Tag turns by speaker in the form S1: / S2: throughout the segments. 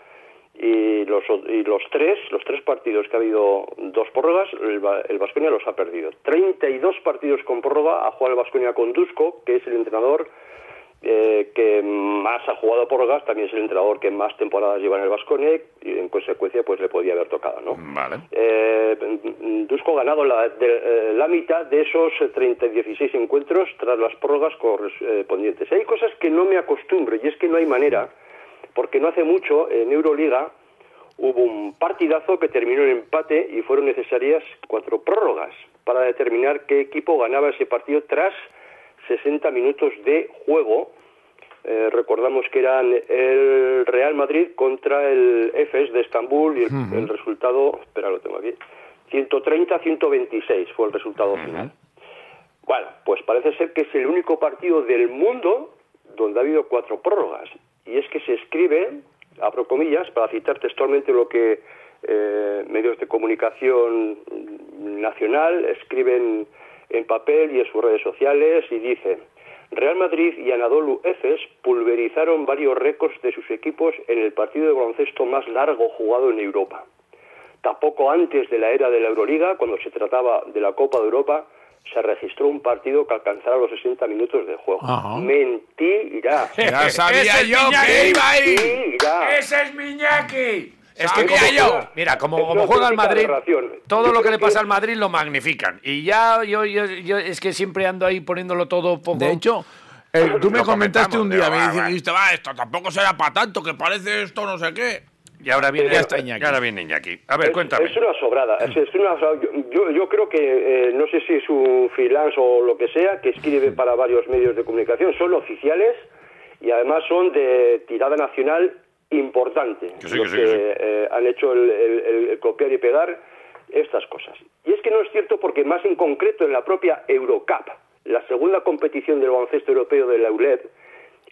S1: Y los, o- y los tres, los tres partidos que ha habido dos prórrogas, el, Ba- el Vasconia los ha perdido. 32 partidos con prórroga ha jugado el Vasconia con Dusko, que es el entrenador eh, que más ha jugado prórrogas, también es el entrenador que más temporadas lleva en el Vasconia y en consecuencia pues le podía haber tocado, ¿no?
S2: Vale.
S1: Eh, Dusko ha ganado la, de- eh, la mitad de esos eh, 30 y 16 encuentros tras las prórrogas correspondientes. Hay cosas que no me acostumbro y es que no hay manera, porque no hace mucho en Euroliga hubo un partidazo que terminó en empate y fueron necesarias cuatro prórrogas para determinar qué equipo ganaba ese partido tras 60 minutos de juego. Eh, recordamos que eran el Real Madrid contra el EFES de Estambul y el, el resultado, espera, lo tengo aquí, 130-126 fue el resultado final. Bueno, pues parece ser que es el único partido del mundo donde ha habido cuatro prórrogas. Y es que se escribe, abro comillas, para citar textualmente lo que eh, medios de comunicación nacional escriben en papel y en sus redes sociales y dice, Real Madrid y Anadolu Efes pulverizaron varios récords de sus equipos en el partido de baloncesto más largo jugado en Europa. Tampoco antes de la era de la Euroliga, cuando se trataba de la Copa de Europa, se registró un partido que alcanzara los 60 minutos de juego.
S3: Ajá.
S1: Mentira.
S3: Ya sabía
S2: Ese es
S3: yo
S2: Iñaki.
S3: que iba ahí.
S1: Mentira.
S2: ¡Ese es Miñaki! Es que
S1: Sabía
S2: como,
S1: yo.
S2: juega- mira, como,
S1: Es
S2: como
S1: una
S2: juega el
S1: auténtica
S2: Madrid,
S1: aberración.
S2: todo
S1: Yo
S2: lo que
S1: creo
S2: le pasa
S1: que-
S2: al Madrid lo magnifican. Y ya yo, yo, yo es que siempre ando ahí poniéndolo todo poco.
S3: De hecho, eh, tú me
S2: Lo
S3: comentaste
S2: comentamos,
S3: un día,
S2: digo, va,
S3: me
S2: va.
S3: dijiste, va, esto tampoco será para tanto, que parece esto no sé qué. Eh,
S2: y ahora viene,
S3: Ya está Iñaki.
S2: y ahora viene Iñaki. A ver,
S1: Es-
S2: cuéntame.
S1: Es una sobrada. es- es una sobrada. Yo, yo creo que, eh, no sé si es un freelance o lo que sea, que escribe para varios medios de comunicación. Son oficiales y además son de tirada nacional importante.
S2: Que sí,
S1: los
S2: que sí, que sí.
S1: eh, han hecho el, el- el- el copiar y pegar estas cosas. Y es que no es cierto porque más en concreto en la propia Eurocup, la segunda competición del baloncesto europeo de la ULED,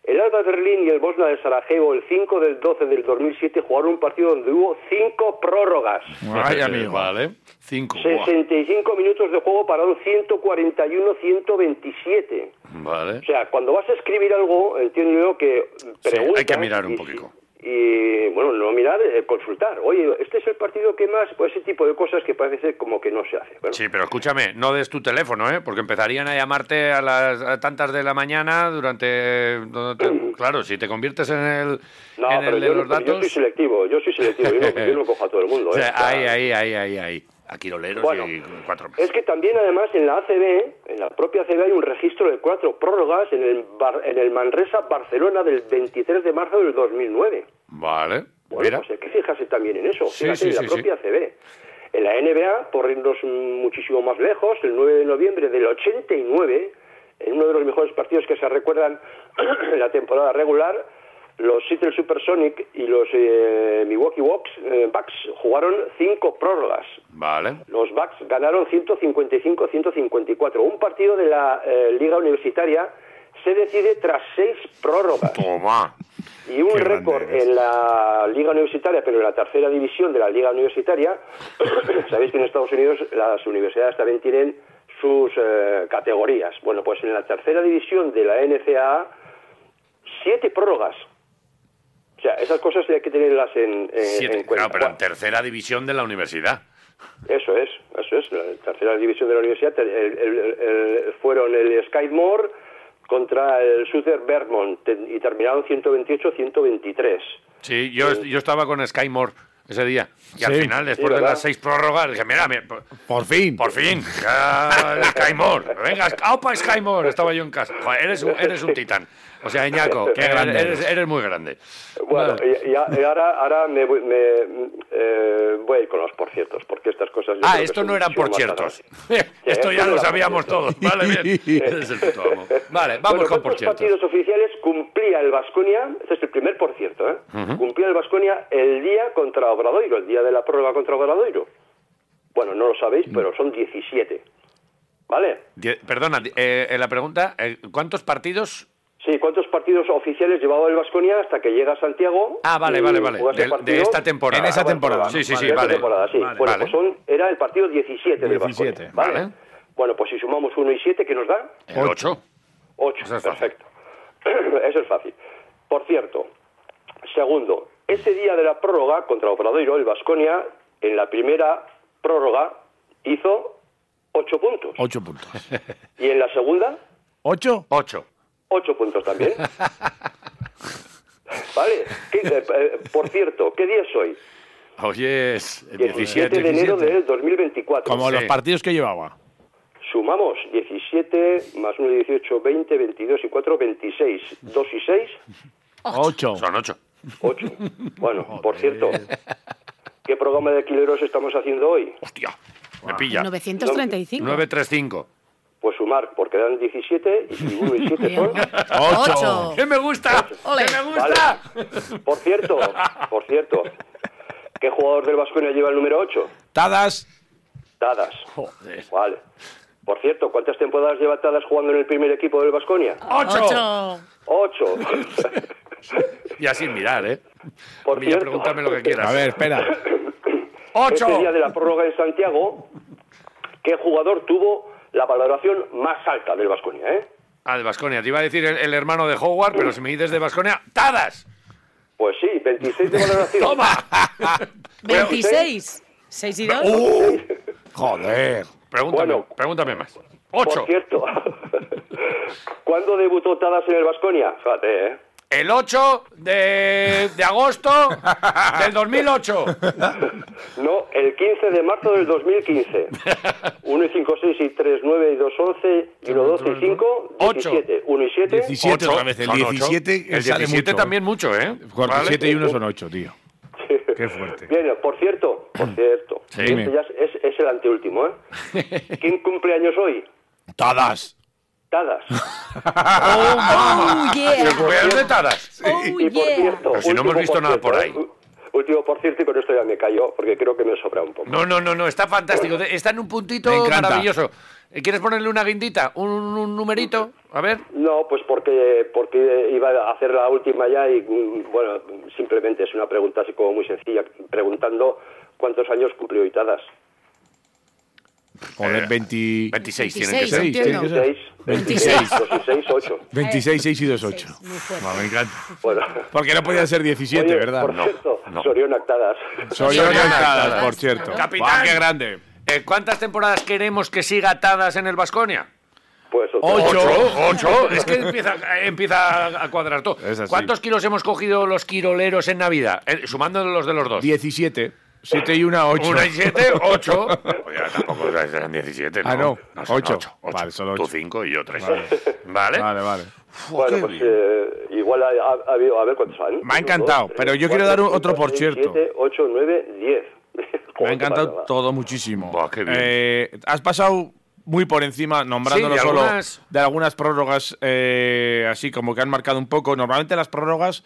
S1: el Alba Berlín y el Bosna de Sarajevo el 5 del 12 del 2007 jugaron un partido donde hubo cinco prórrogas.
S3: Ay, amigo.
S2: Vale. Cinco. Buah.
S1: 65 minutos de juego para un 141-127.
S2: Vale.
S1: O sea, cuando vas a escribir algo, entiendo yo que preguntas...
S2: hay que mirar un
S1: y-
S2: poquito.
S1: Y, bueno, no mirar, eh, consultar. Oye, este es el partido que más... Pues ese tipo de cosas que parece ser como que no se hace. Bueno,
S2: Sí, pero escúchame, no des tu teléfono, ¿eh? Porque empezarían a llamarte a las a tantas de la mañana durante... durante- claro, si te conviertes en el...
S1: no,
S2: en el
S1: pero
S2: de
S1: yo,
S2: los
S1: no- pero yo
S2: datos...
S1: soy selectivo, yo soy selectivo, yo no, yo no cojo a todo el mundo.
S2: O
S1: ¿eh?
S2: sea, ah.
S1: O sea,
S2: ahí, ahí, ahí, ahí, ahí. A quiroleros
S1: Bueno,
S2: y cuatro más.
S1: Es que también, además, en la ACB, en la propia ACB, hay un registro de cuatro prórrogas en el, Bar- en el Manresa Barcelona del 23 de marzo del 2009.
S2: Vale.
S1: Bueno,
S2: Mira.
S1: pues hay que fijarse también en eso,
S2: Sí,
S1: fíjate,
S2: sí,
S1: en la
S2: sí,
S1: propia ACB. En la NBA, por irnos mm, muchísimo más lejos, el 9 de noviembre del 89, en uno de los mejores partidos que se recuerdan en la temporada regular, los Seattle Supersonic y los eh, Milwaukee Bucks, eh, Bucks jugaron cinco prórrogas.
S2: Vale.
S1: Los Bucks ganaron 155-154. Un partido de la eh, Liga Universitaria se decide tras seis prórrogas.
S2: Toma.
S1: Y un
S3: Qué grande
S1: récord
S3: eres.
S1: en la Liga Universitaria, pero en la tercera división de la Liga Universitaria. Sabéis que en Estados Unidos las universidades también tienen sus eh, categorías. Bueno, pues en la tercera división de la NCAA, siete prórrogas. O sea, esas cosas hay que tenerlas en, en-
S2: Siete.
S1: eh, en cuenta.
S2: Claro, pero en
S1: Bueno,
S2: tercera división de la universidad.
S1: eso es, eso es. La tercera división de la universidad el- el- el- el- fueron el Skidmore contra el Southern Vermont te- y terminaron 128-123.
S2: Sí, yo, est- yo estaba con Sky Moore ese día. Y al
S3: Sí.
S2: final, después
S1: Sí,
S2: de
S1: ¿verdad?
S2: las seis prórrogas, dije, mira, mira, por,
S3: Por fin.
S2: por fin, ya, Sky Moore. Venga, ¡aupa, Sky Moore! Estaba yo en casa. Joder, eres, un, eres un titán. O sea, Iñaco,
S3: Qué grande
S2: eres,
S3: eres.
S2: eres muy grande.
S1: Bueno,
S2: Vale.
S1: y, y- y ahora, ahora me, voy- me, mm, eh, voy a ir con los por ciertos, porque estas cosas... yo creo
S2: Ah,
S1: que
S2: estos
S1: son-
S2: no eran
S1: son
S2: por
S1: más
S2: ciertos.
S1: banales. Sí,
S2: Esto
S1: estos
S2: ya
S1: no
S2: lo
S1: eran
S2: sabíamos
S1: por
S2: todos. Vale, bien. Eres el puto amo. Vale,
S1: Bueno,
S2: vamos con
S1: ¿cuántos
S2: por ciertos.
S1: partidos oficiales cumplía el Vasconia? Este es el primer por cierto, ¿eh?
S4: Oh,
S1: Cumplía el Vasconia el día contra Obradoiro, el día de la prórroga contra Obradoiro. Bueno, no lo sabéis, pero son 17. ¿Vale?
S2: Die- Perdona, di- eh, eh, la pregunta, eh, ¿cuántos partidos?
S1: Sí, ¿cuántos partidos oficiales llevaba el Vasconia hasta que llega a Santiago?
S2: Ah, vale,
S1: y
S2: vale, vale.
S1: juega ese
S2: Del- De,
S1: partido? Ah,
S2: esta temporada.
S3: En esa
S1: Bueno,
S3: temporada,
S2: Sí, sí,
S3: ¿no?
S2: sí,
S1: Esta
S2: vale.
S1: temporada, sí. bueno,
S2: Vale.
S1: pues son- era el partido 17 del
S3: 17,
S1: Vasconia, ¿vale?
S2: vale.
S1: Bueno, pues si sumamos 1 y 7, ¿qué nos da?
S2: El 8.
S1: 8.
S2: Eso es fácil.
S1: Perfecto. Eso es fácil. Por cierto, segundo, ese día de la prórroga contra Obradoiro, el Vasconia, en la primera prórroga hizo 8 puntos.
S3: Ocho puntos.
S1: Y en la segunda,
S3: ¿Ocho?
S2: 8.
S1: 8 puntos también. ¿Vale? ¿Qué- eh, eh, por cierto, ¿qué día es hoy?
S2: Oye, es
S1: 17
S2: 17.
S1: de enero del 2024.
S3: Como
S2: Sí.
S3: los partidos que llevaba.
S1: Sumamos 17 más 1, 18, 20, 22 y 4, 26. 2 y 6,
S3: Ocho.
S2: Son 8.
S1: 8. Bueno, por cierto, ¿qué programa de quileros estamos haciendo hoy?
S2: Hostia, me pilla.
S4: 935.
S2: 935.
S1: Pues sumar, porque dan 17 y 1 y 7 son.
S3: Ocho.
S4: Ocho.
S2: ¡Que me gusta!
S4: Ole.
S2: ¡Que me
S1: Vale.
S2: gusta!
S1: Por cierto, por cierto, ¿qué jugador del Vasconia lleva el número 8?
S3: Tadas.
S1: Tadas.
S2: Joder.
S1: Vale. Por cierto, ¿cuántas temporadas lleva Tadas jugando en el primer equipo del Vasconia?
S2: 8.
S1: ¡Ocho!
S2: Y así mirar, ¿eh?
S1: Por
S2: Mira,
S1: cierto.
S2: pregúntame lo que
S3: A
S2: quieras.
S3: ver, espera.
S2: 8.
S1: Ese día de la prórroga en Santiago, ¿qué jugador tuvo la valoración más alta del Vasconia, eh?
S2: Ah, de Basconia. Te iba a decir el, el hermano de Howard, pero si me dices de Basconia, ¡Tadas!
S1: Pues sí, 26 de valoración.
S2: ¡Toma!
S4: 26. 6 y 2.
S3: Joder.
S2: Pregúntame,
S1: Bueno.
S2: pregúntame más. Ocho.
S1: Por cierto, ¿cuándo debutó Tadas en el Vasconia? Fíjate, ¿eh?
S2: El 8 de, de agosto del 2008.
S1: No, el 15 de marzo del 2015. 1 y 5, 6 y 3, 9 y 2, 11 y 1, 12 y 5,
S2: Ocho.
S1: 17. 1 y 7.
S3: 17
S2: Ocho,
S3: otra vez, el
S2: son ocho.
S3: 17
S2: El
S3: sale
S2: 17
S3: mucho.
S2: también mucho, ¿eh?
S3: Cuatro,
S2: ¿Vale?
S3: siete y uno son ocho, tío. Qué fuerte.
S1: Bien, por cierto, por cierto.
S2: Sí.
S1: este ya es, es- es el anteúltimo, ¿eh? ¿Quién cumple años hoy?
S3: Todas.
S1: Tadas.
S4: Oh,
S2: Pero
S4: yeah.
S2: cumpleaños de Tadas.
S4: Oh,
S1: Y por
S4: yeah.
S1: cierto,
S2: Pero si no hemos
S1: último
S2: visto
S1: por
S2: nada por
S1: cierto,
S2: ahí.
S1: ¿eh? U- Último, por cierto, y con esto ya me callo, porque creo que me sobra un poco.
S2: No, no, no, no, está fantástico. De- Está en un puntito
S3: Me encanta.
S2: maravilloso. Eh, ¿Quieres ponerle una guindita? ¿Un, un numerito? A ver.
S1: No, pues porque, porque iba a hacer la última ya y, mm, bueno, simplemente es una pregunta así como muy sencilla, preguntando cuántos años cumplió Itadas.
S3: Joder, 20...
S2: 26, tiene Eh,
S4: 26,
S2: que ser.
S3: Sí, tiene que
S4: entiendo.
S3: ser.
S1: ¿Seis?
S3: 26.
S1: 26, 8.
S3: 26, 6 y 2, 8.
S4: Muy fuerte.
S3: me encanta.
S1: Bueno.
S3: Porque no podía ser 17,
S1: Oye,
S3: ¿verdad?
S1: Por cierto,
S2: no.
S1: Sorión Actadas.
S3: Soy
S2: Soriana
S3: orientadas,
S2: Tadas.
S3: por cierto.
S2: Capitán.
S3: Guau, ¡Qué grande!
S2: Eh, ¿Cuántas temporadas queremos que siga Tadas en el Vasconia?
S1: Pues otra.
S3: Ocho.
S2: ocho. Es que empieza, eh, empieza a cuadrar todo.
S3: Es así.
S2: ¿Cuántos kilos hemos cogido los quiroleros en Navidad? Eh, sumando los de los dos.
S3: 17. 7 y 1, 8.
S2: Una y siete, ocho. Oye,
S3: pues,
S2: tampoco serán 17, ¿no?
S3: Ah, no.
S2: son
S3: Ocho.
S2: ocho.
S3: Vale, solo
S2: Tú
S3: ocho.
S2: cinco y yo tres. Vale.
S3: Vale. Vale, vale.
S2: Oh,
S1: Bueno, pues eh, igual ha, ha- ha habido, a ver cuántos años.
S3: Me ha encantado, pero yo quiero dar un- otro por cierto.
S1: 7, 8, 9, 10.
S3: Me ha encantado todo muchísimo.
S2: Buah, qué bien.
S3: Eh, has pasado muy por encima, nombrando
S2: Sí, de
S3: solo
S2: algunas-
S3: de algunas prórrogas, eh, así como que han marcado un poco. Normalmente las prórrogas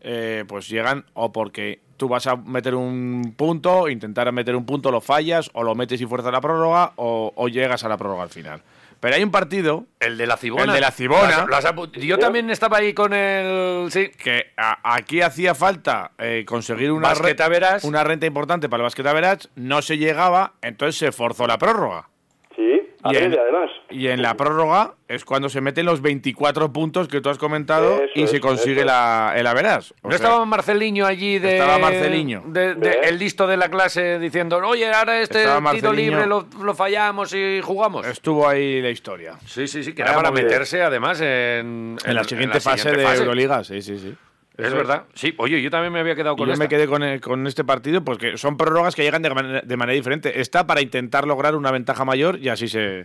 S3: eh, pues llegan o porque tú vas a meter un punto, intentar meter un punto, lo fallas, o lo metes y fuerzas la prórroga, o, o llegas a la prórroga al final. Pero hay un partido
S2: El de la cibona.
S3: El de la cibona.
S2: Las- las apu- yo también estaba ahí con el. Sí.
S3: que a- aquí hacía falta eh, conseguir una, re-
S2: Basket average.
S3: una renta importante para el basket average, no se llegaba, entonces se forzó la prórroga.
S1: Sí,
S3: Y
S1: aprende,
S3: en-
S1: además.
S3: Y en la prórroga es cuando se meten los 24 puntos que tú has comentado
S1: Eso
S3: y
S1: es,
S3: se consigue
S1: eso es.
S3: la, el averas.
S2: ¿No estaba Marceliño allí de.
S3: Estaba Marceliño.
S2: de- de-
S1: ¿Eh?
S2: el listo de la clase diciendo, oye, ahora este
S3: Estaba
S2: tiro
S3: Marceliño.
S2: libre lo, lo fallamos y jugamos.
S3: Estuvo ahí la historia.
S2: Sí, sí, sí, que
S3: Vaya
S2: era para
S3: movida.
S2: meterse además en,
S3: En la siguiente fase
S2: siguiente
S3: de
S2: fase.
S3: Euroliga, sí, sí, sí.
S2: Es verdad. Sí, oye, yo también me había quedado
S3: Y
S2: con
S3: yo
S2: esta.
S3: me quedé con, eh, con este partido porque son prórrogas que llegan de, manera- de manera diferente. Está para intentar lograr una ventaja mayor y así se,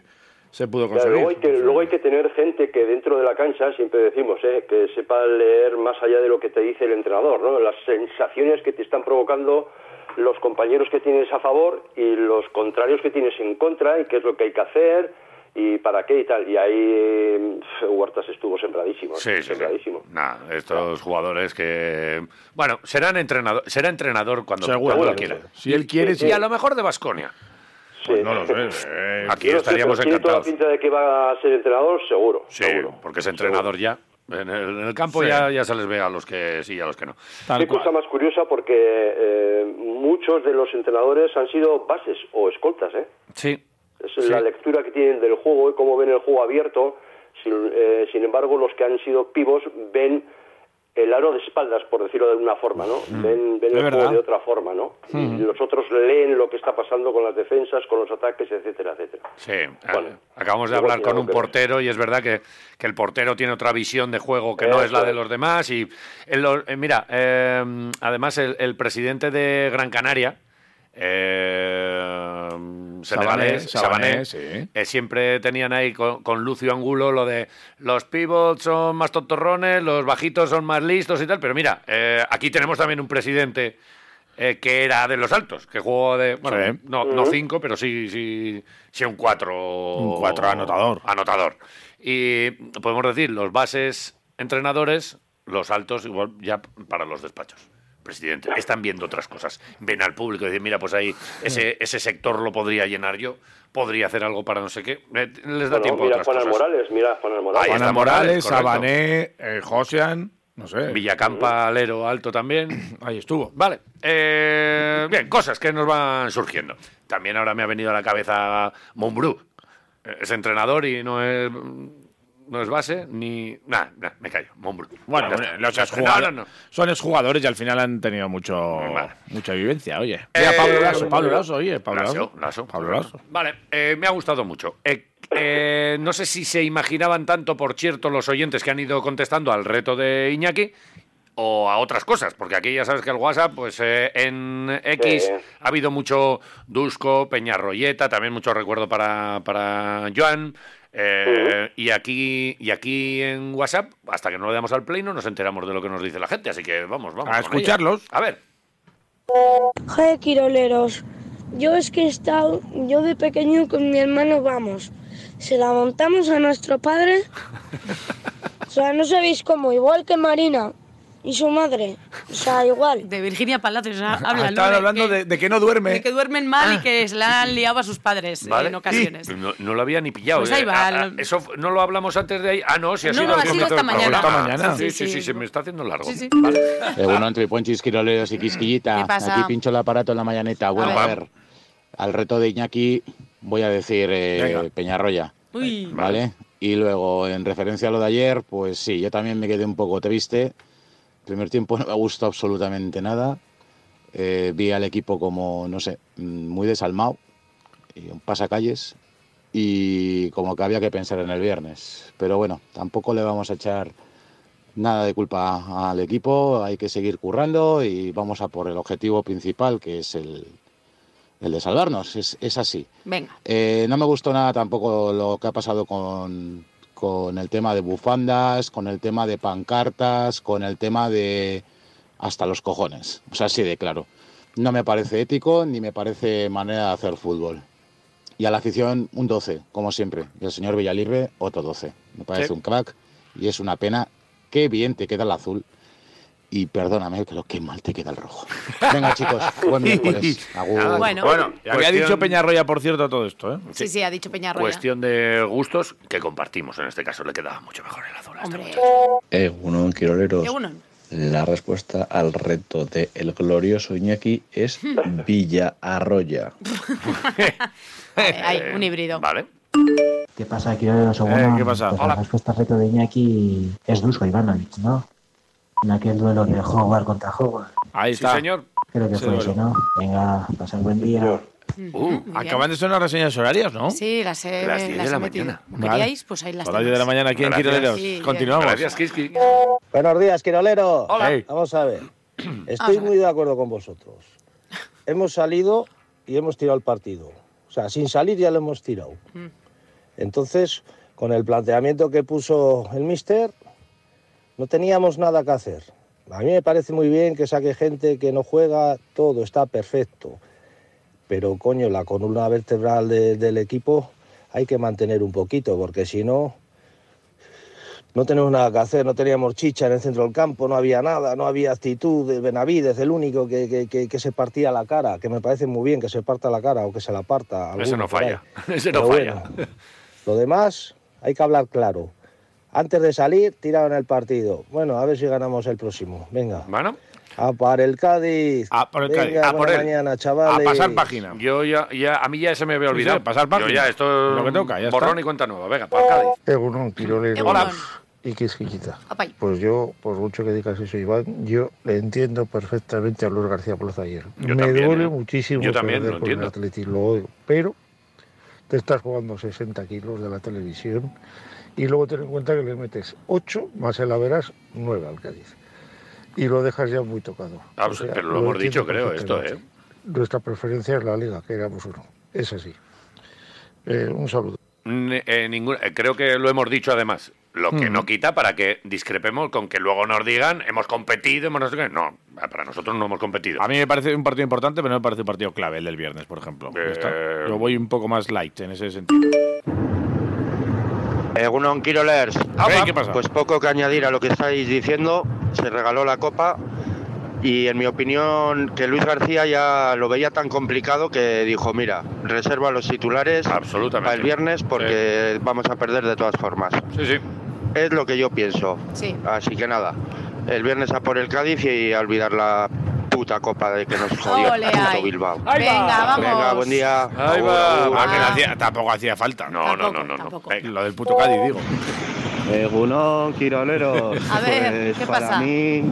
S3: se pudo
S1: Claro,
S3: conseguir.
S1: luego, hay que, luego hay que tener gente que dentro de la cancha, siempre decimos, ¿eh? que sepa leer más allá de lo que te dice el entrenador, ¿no? las sensaciones que te están provocando los compañeros que tienes a favor y los contrarios que tienes en contra y qué es lo que hay que hacer y para qué y tal. Y ahí pf, Huertas estuvo sembradísimo.
S2: Sí, sí, sí.
S1: sembradísimo.
S2: Nada, estos jugadores que. Bueno, serán entrenador, será entrenador cuando,
S3: Seguro,
S2: cuando
S1: seguro.
S2: quiera.
S3: Si él quiere, sí. Pues
S2: Y a lo mejor de Basconia.
S1: Sí.
S3: No lo sé. eh,
S2: Aquí
S1: Yo no sé,
S2: estaríamos
S1: pero tiene toda la
S2: encantados.
S1: pinta de que va a ser entrenador, seguro.
S2: Sí,
S1: seguro.
S2: porque es entrenador ya. En el, en el campo
S3: Sí.
S2: ya, ya se les ve a los que sí y a los que no.
S3: tal
S1: Qué
S3: cual.
S1: cosa más curiosa porque eh, muchos de los entrenadores han sido bases o escoltas, ¿eh?
S2: Sí.
S1: Es la lectura que tienen del juego y cómo ven el juego abierto. Sin, eh, sin embargo, los que han sido pivos ven el aro de espaldas, por decirlo de una forma, ¿no? Ven, ven
S3: Es
S1: el
S3: verdad.
S1: juego de otra forma, ¿no?
S2: Mm.
S1: Y los otros leen lo que está pasando con las defensas, con los ataques, etcétera, etcétera.
S2: Sí, a-
S1: Vale.
S2: acabamos de
S1: Igual
S2: hablar
S1: que
S2: con
S1: algo
S2: un
S1: que-
S2: portero y es verdad que, que el portero tiene otra visión de juego que no es la
S1: Eso
S2: de
S1: es.
S2: los demás. Y en los- eh, mira, eh, además el, el presidente de Gran Canaria, eh, senegalés, Sabané,
S3: Sabané, sí.
S2: eh, siempre tenían ahí con, con Lucio Angulo lo de los pivots son más tontorrones, los bajitos son más listos y tal. Pero mira, eh, aquí tenemos también un presidente eh, que era de los altos, que jugó de. Bueno,
S3: Sí.
S2: no, no cinco, pero sí, sí, sí un cuatro.
S3: Un cuatro anotador.
S2: Anotador. Y podemos decir, los bases entrenadores, los altos, igual ya para los despachos. Presidente, están viendo otras cosas. Ven al público y dicen, mira, pues ahí ese, ese sector lo podría llenar yo, podría hacer algo para no sé qué. Eh, Les da
S1: Bueno,
S2: tiempo
S1: Oh,
S2: a
S1: mira
S2: otras
S1: Juan
S2: cosas.
S1: Morales, mira Juan Morales.
S2: Ahí está
S3: Juana Morales,
S2: Morales, correcto.
S3: Sabané, eh, Josian, no sé.
S2: Villacampa, alero alto también.
S3: Ahí estuvo.
S2: Vale. eh, bien, cosas que nos van surgiendo. También ahora me ha venido a la cabeza Mumbrú. Es entrenador y no es. no es base, ni. Nada, nah, me callo. Mombrú.
S3: Bueno,
S2: Ya está.
S3: los
S2: No, no,
S3: exjugadores-
S2: no.
S3: son exjugadores y al final han tenido mucho,
S2: Vale.
S3: mucha vivencia, oye.
S2: Eh,
S3: Mira, Pablo Lasso,
S2: bueno,
S3: Pablo Lasso, oye, Pablo
S2: Lasso,
S3: Lasso.
S2: Lasso.
S3: Pablo Lasso.
S2: Vale, eh, me ha gustado mucho. Eh, eh, no sé si se imaginaban tanto, por cierto, los oyentes que han ido contestando al reto de Iñaki o a otras cosas, porque aquí ya sabes que el WhatsApp, pues eh, en X
S5: Sí.
S2: ha habido mucho Dusko, Peñarroyeta, también mucho recuerdo para, para Joan. eh, y aquí y aquí en WhatsApp, hasta que no le damos al play, no nos enteramos de lo que nos dice la gente. Así que vamos, vamos.
S3: A
S2: con ello.
S3: escucharlos.
S2: A ver.
S4: Joder, Quiroleros, yo es que he estado, yo de pequeño con mi hermano vamos, se la montamos a nuestro padre, o sea, no sabéis cómo, igual que Marina y su madre, o sea, igual.
S6: De Virginia Palacios ha-
S3: Ah,
S6: habla
S3: Estaban
S6: Lore,
S3: hablando de, de que no duerme.
S6: de que duermen mal y que se la han liado a sus padres eh,
S2: Vale.
S6: en ocasiones.
S2: No, no lo había ni pillado.
S6: Pues ahí
S2: eh.
S6: va,
S2: Ah, ah,
S6: lo-
S2: eso fu- no lo hablamos antes de ahí. Ah, no, si ha
S6: No,
S2: sido
S6: no,
S2: al
S6: ha sido
S2: comienzo
S6: esta
S2: del
S6: mañana.
S2: programa.
S3: Esta mañana.
S2: Sí, sí,
S6: Sí,
S2: sí,
S6: sí.
S2: se me está haciendo largo.
S6: Sí, sí.
S2: Vale.
S7: Eh, bueno, entre ponchis, quiroleros y quisquillita.
S6: ¿Qué pasa?
S7: Aquí pincho el aparato en la mañaneta. Bueno,
S2: A
S7: a
S2: ver.
S7: ver. al reto de Iñaki voy a decir eh,
S3: Venga.
S7: Peñarroya,
S6: Uy,
S7: ¿vale? Y luego, en referencia a lo de ayer, pues sí, yo también me quedé un poco triste. Primer tiempo no me gustó absolutamente nada. Eh, vi al equipo como, no sé, mm, muy desalmado, y un pasacalles, y como que había que pensar en el viernes. Pero bueno, tampoco le vamos a echar nada de culpa al equipo, hay que seguir currando y vamos a por el objetivo principal, que es el, el de salvarnos, es, es así.
S6: venga.
S7: Eh, no me gustó nada tampoco lo que ha pasado con, con el tema de bufandas, con el tema de pancartas, con el tema de hasta los cojones, o sea, así de claro. No me parece ético ni me parece manera de hacer fútbol. Y a la afición un 12, como siempre. Y el señor Villalirre otro 12. Me parece
S2: Sí.
S7: un crack y es una pena. Qué bien te queda el azul. Y perdóname, pero qué mal te queda el rojo. Venga, chicos, buen miércoles. Agur.
S6: Bueno,
S3: Había
S2: cuestión-
S3: dicho Peñarroya, por cierto, todo esto, ¿eh?
S6: sí, sí, ha dicho Peñarroya.
S2: Cuestión de gustos que compartimos. En este caso le quedaba mucho mejor el azul. a este
S6: Hombre,
S2: muchacho.
S8: Egunon Quiroleros.
S6: Egunon.
S8: La respuesta al reto de el glorioso Iñaki es Villa Arroya.
S6: eh, hay un híbrido.
S2: Vale.
S9: ¿Qué pasa, Quiroleros?
S3: Eh, ¿qué pasa?
S9: Pues
S2: Hola.
S9: la respuesta al reto de Iñaki es Dusko Ivanovic, ¿no? En aquel duelo de Howard contra Howard.
S3: Ahí
S2: Sí,
S3: está.
S2: señor.
S9: Creo que
S3: Ese
S9: fue
S3: duelo.
S9: ese, ¿no? Venga, pasar buen día.
S2: Uh,
S6: Muy bien.
S3: Acaban de sonar las señales horarias, ¿no?
S6: Sí, las he,
S2: Las 10 de
S6: he
S2: la
S6: metido.
S2: mañana.
S6: ¿No
S3: Vale.
S6: queríais? Pues ahí las
S3: A las 10
S6: tenéis.
S3: de la mañana aquí en
S2: Gracias.
S3: Quiroleros.
S6: Sí, ya.
S3: Continuamos.
S2: gracias, Kiski.
S10: Buenos días, Quirolero.
S2: Hola.
S3: Hey.
S10: Vamos a ver.
S6: Vamos a
S10: Estoy
S6: ver.
S10: muy de acuerdo con vosotros. Hemos salido y hemos tirado el partido. O sea, sin salir ya lo hemos tirado.
S6: Mm.
S10: Entonces, con el planteamiento que puso el mister, no teníamos nada que hacer. A mí me parece muy bien que saque gente que no juega, todo está perfecto. Pero coño, la columna vertebral de- del equipo hay que mantener un poquito, porque si no, no tenemos nada que hacer, no teníamos chicha en el centro del campo, no había nada, no había actitud. de Benavides, el único que, que- que- que se partía la cara, que me parece muy bien que se parta la cara o que se la parta.
S2: Ese no
S10: alguno por ahí.
S2: falla. Ese no
S10: Pero
S2: falla.
S10: bueno, lo demás hay que hablar claro. Antes de salir, tiraron el partido. Bueno, a ver si ganamos el próximo. Venga.
S2: Bueno,
S10: A por el Cádiz.
S3: A por el
S10: Venga,
S3: Cádiz. A
S2: por
S10: buena
S2: él.
S10: mañana,
S3: A
S10: chavales.
S3: pasar página.
S2: yo ya, ya- a mí ya se me había
S3: Sí,
S2: olvidado.
S3: sí, pasar
S2: Yo
S3: página.
S2: ya, esto es
S3: Lo que toca, ya está.
S2: borrón y cuenta nueva. Venga, para Cádiz.
S11: Egunon, Quiroleros
S6: Hola.
S11: y Quisquillita.
S6: Opa.
S11: Pues yo, por mucho que digas eso, Iván, yo le entiendo perfectamente a Luis García Plaza ayer.
S2: Yo
S11: Me
S2: también,
S11: duele
S2: ¿eh?
S11: muchísimo
S2: Yo también,
S11: perder
S2: lo
S11: con el
S2: entiendo.
S11: Atleti, lo odio. Pero te estás jugando 60 kilos de la televisión y luego ten en cuenta que le metes 8 más el Averas 9 al Cádiz. Y lo dejas ya muy tocado.
S2: Ah,
S11: O
S2: pues,
S11: sea,
S2: pero lo hemos
S11: entiendo
S2: dicho, creo, esto, ¿eh?
S11: perfectamente. Nuestra preferencia es la Liga, que éramos uno. Es así. Eh, un saludo.
S2: N- eh, ninguna- eh, creo que lo hemos dicho además. Lo que no quita para que discrepemos con que luego nos digan hemos competido, hemos no sé qué. No, para nosotros no hemos competido.
S3: A mí me parece un partido importante, pero no me parece un partido clave el del viernes, por ejemplo. Ya
S2: Eh.
S3: está. Yo voy un poco más light en ese sentido.
S8: Egunon Eh, Quirolers.
S3: Ey, ¿Qué pasa?
S8: Pues poco que añadir a lo que estáis diciendo. Se regaló la copa y en mi opinión que Luis García ya lo veía tan complicado que dijo, mira, reserva los titulares
S2: Absolutamente.
S8: para el viernes porque vamos a perder de todas formas.
S2: Sí, sí.
S8: Es lo que yo pienso.
S6: Sí.
S8: Así que nada, el viernes a por el Cádiz y a olvidar la puta copa de que nos jodió el
S6: Ole,
S8: puto
S6: ahí.
S8: Bilbao.
S6: Venga, vamos.
S8: Venga, buen día.
S2: Ahí
S8: Agur,
S2: va.
S8: agur.
S3: Ah, que no hacía- tampoco hacía falta.
S2: No, no,
S6: Tampoco,
S2: no, no. no.
S6: tampoco.
S2: Venga.
S3: Lo del puto Cádiz, digo.
S6: Egunon, Quiroleros.
S4: A ver,
S6: Eh, Pues
S4: ¿qué
S6: para
S4: pasa?
S6: mí,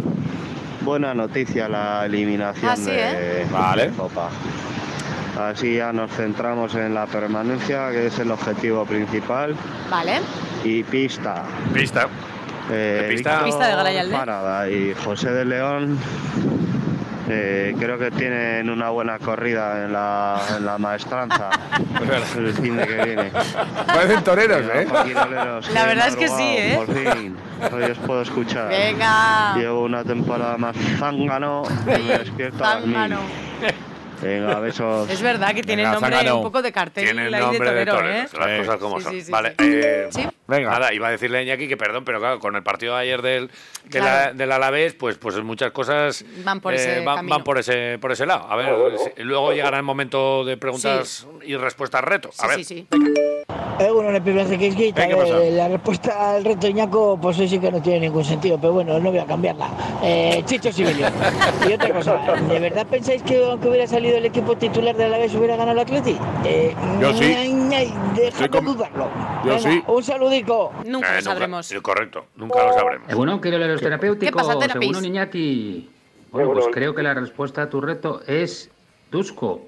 S6: buena noticia la eliminación
S4: Ah, sí,
S6: de,
S4: ¿eh?
S6: vale. Copa. Así ya nos centramos en la permanencia, que es el objetivo principal,
S4: Vale.
S6: y pista. Eh,
S2: Pista.
S4: pista? Pista de Garayalde.
S6: Parada y José de León. eh, creo que tienen una buena corrida en la, en la maestranza el fin de que viene.
S3: Parecen toreros, ¿eh?
S4: La verdad es que sí, ¿eh?
S6: Por fin, hoy os puedo escuchar.
S4: Venga.
S6: Llevo una temporada más zángano y me despierto a las mil.
S4: Zángano.
S6: Venga, besos.
S4: Es verdad que tiene nombre un poco de cartel
S2: Tiene
S4: ahí de
S2: nombre de
S4: torero,
S2: toreros,
S4: ¿eh?
S2: las cosas como
S4: Sí,
S2: son.
S4: sí, sí,
S2: vale,
S4: sí.
S2: eh,
S4: Sí.
S2: nada, iba a decirle a Iñaki que perdón, pero claro, con el partido de ayer del, de la-
S4: Claro.
S2: del Alavés, pues, pues muchas cosas eh,
S4: Van por ese
S2: van,
S4: camino.
S2: van por ese por ese lado. A ver, si- luego llegará el momento de preguntas y respuestas reto. A ver.
S12: Egunon, Epibe Requisquita.
S2: Eh, ¿qué pasa?
S12: Eh, La respuesta al reto Iñaco, pues hoy sí que no tiene ningún sentido, pero bueno, no voy a cambiarla. Eh, Chicho Sibelio. y otra cosa, eh, ¿de verdad pensáis que aunque hubiera salido el equipo titular de la vez hubiera ganado la Atleti? Eh,
S2: Yo sí.
S12: ña, ña, Dejadme dudarlo.
S2: Yo
S12: Venga,
S2: sí.
S12: Un saludico.
S2: Eh, sí, correcto, nunca lo sabremos.
S13: Egunon, querido los terapéuticos.
S12: ¿Qué pasa, terapis?
S13: Egunon, Iñaki. Bueno, pues creo que la respuesta a tu reto es Dusko.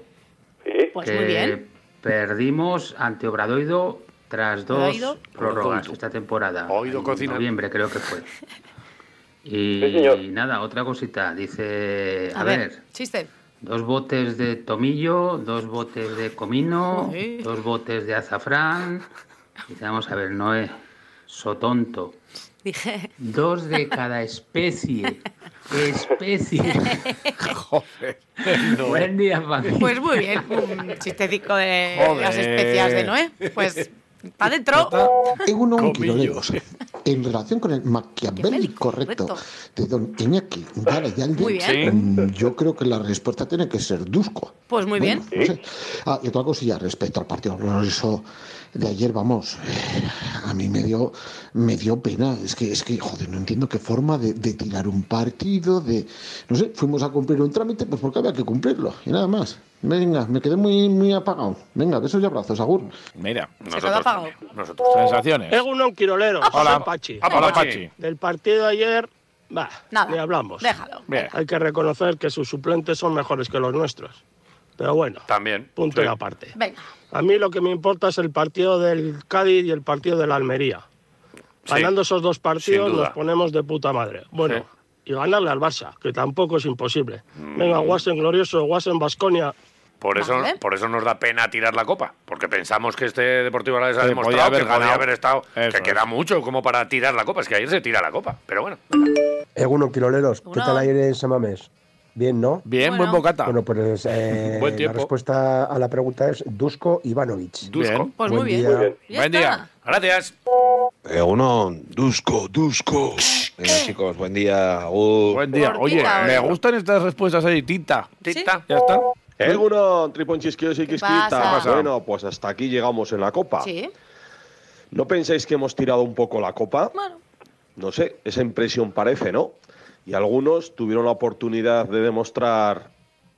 S4: Pues
S13: que
S4: muy bien.
S13: Perdimos ante Obradoido tras dos
S4: Obradoido.
S13: prórrogas
S2: Obradoido.
S13: esta temporada. en
S2: cocina.
S13: noviembre creo que fue. Y nada, otra cosita. Dice, a,
S4: A
S13: ver,
S4: ver, chiste.
S13: dos botes de tomillo, dos botes de comino,
S4: Joder.
S13: dos botes de azafrán. Dice, vamos a ver, Noé, sotonto.
S4: Dije.
S13: Dos de cada especie. Especie. Joder. Buen día, familia.
S4: Pues muy bien, un chistecico de
S13: Joder.
S4: las especias de Noé. Pues para adentro.
S14: Egunon Quiroleros. En relación con el maquiavélico reto
S4: reto.
S14: de don Iñaki Garayalde,
S4: Muy bien.
S14: mm, yo creo que la respuesta tiene que ser Dusko.
S4: Pues muy bien.
S14: No sé. Ah, y otra cosilla respecto al partido glorioso de ayer, vamos, eh, a mí me dio, me dio pena. Es que, es que, joder, no entiendo qué forma de, de tirar un partido, de, no sé, fuimos a cumplir un trámite, pues porque había que cumplirlo, y nada más. Venga, me quedé muy, muy apagado. Venga, besos y abrazos, Agur.
S3: Mira,
S2: Nosotros.
S3: Sensaciones.
S15: Egunon Quiroleros.
S3: Hola.
S15: Soy Pachi.
S3: Ah, hola, Pachi.
S15: Del partido de ayer, va, le hablamos.
S4: Déjalo.
S3: Bien.
S15: Hay que reconocer que sus suplentes son mejores que los nuestros. Pero bueno,
S2: también
S15: punto
S2: sí.
S15: y aparte.
S4: Venga.
S15: A mí lo que me importa es el partido del Cádiz y el partido de la Almería.
S2: Sí.
S15: Ganando esos dos partidos
S2: Sin duda.
S15: nos ponemos de puta madre. Bueno,
S2: Sí.
S15: y
S2: Mm.
S15: ganarle al Barça, que tampoco es imposible. Venga, Guasen glorioso, Guasen Vasconia.
S2: Por eso,
S15: Vale.
S2: por eso nos da pena tirar la copa, porque pensamos que este Deportivo Alavés ha
S3: Que
S2: demostrado
S3: podía haber
S2: que podía
S3: ganado.
S2: haber estado,
S3: Eso
S2: que queda mucho como para tirar la copa. Es que ayer se tira la copa, pero bueno.
S16: Egunon, quiroleros. Eh, ¿Qué
S2: Egunon.
S16: tal ayer en Samamés? Bien, ¿no?
S3: Bien, buen Bueno. bocata.
S16: Bueno, pues eh,
S3: Buen
S16: la
S3: tiempo.
S16: respuesta a la pregunta es Dusko Ivanovic.
S3: Bien.
S16: Buen día.
S2: Buen día. Gracias.
S17: Egunon, Eh, Dusko, Dusko. Venga, chicos, buen día. Agur.
S3: Buen día. Oye, me gustan estas respuestas ahí, Tita.
S2: Tita.
S3: Ya está.
S17: ¿Eh? Egunon, triponchisquillos y
S4: pasa?
S17: quisquitas.
S4: pasa?
S17: Bueno, pues hasta aquí llegamos en la copa.
S4: Sí.
S17: ¿No pensáis que hemos tirado un poco la copa?
S4: Bueno.
S17: No sé, esa impresión parece, ¿no? Y algunos tuvieron la oportunidad de demostrar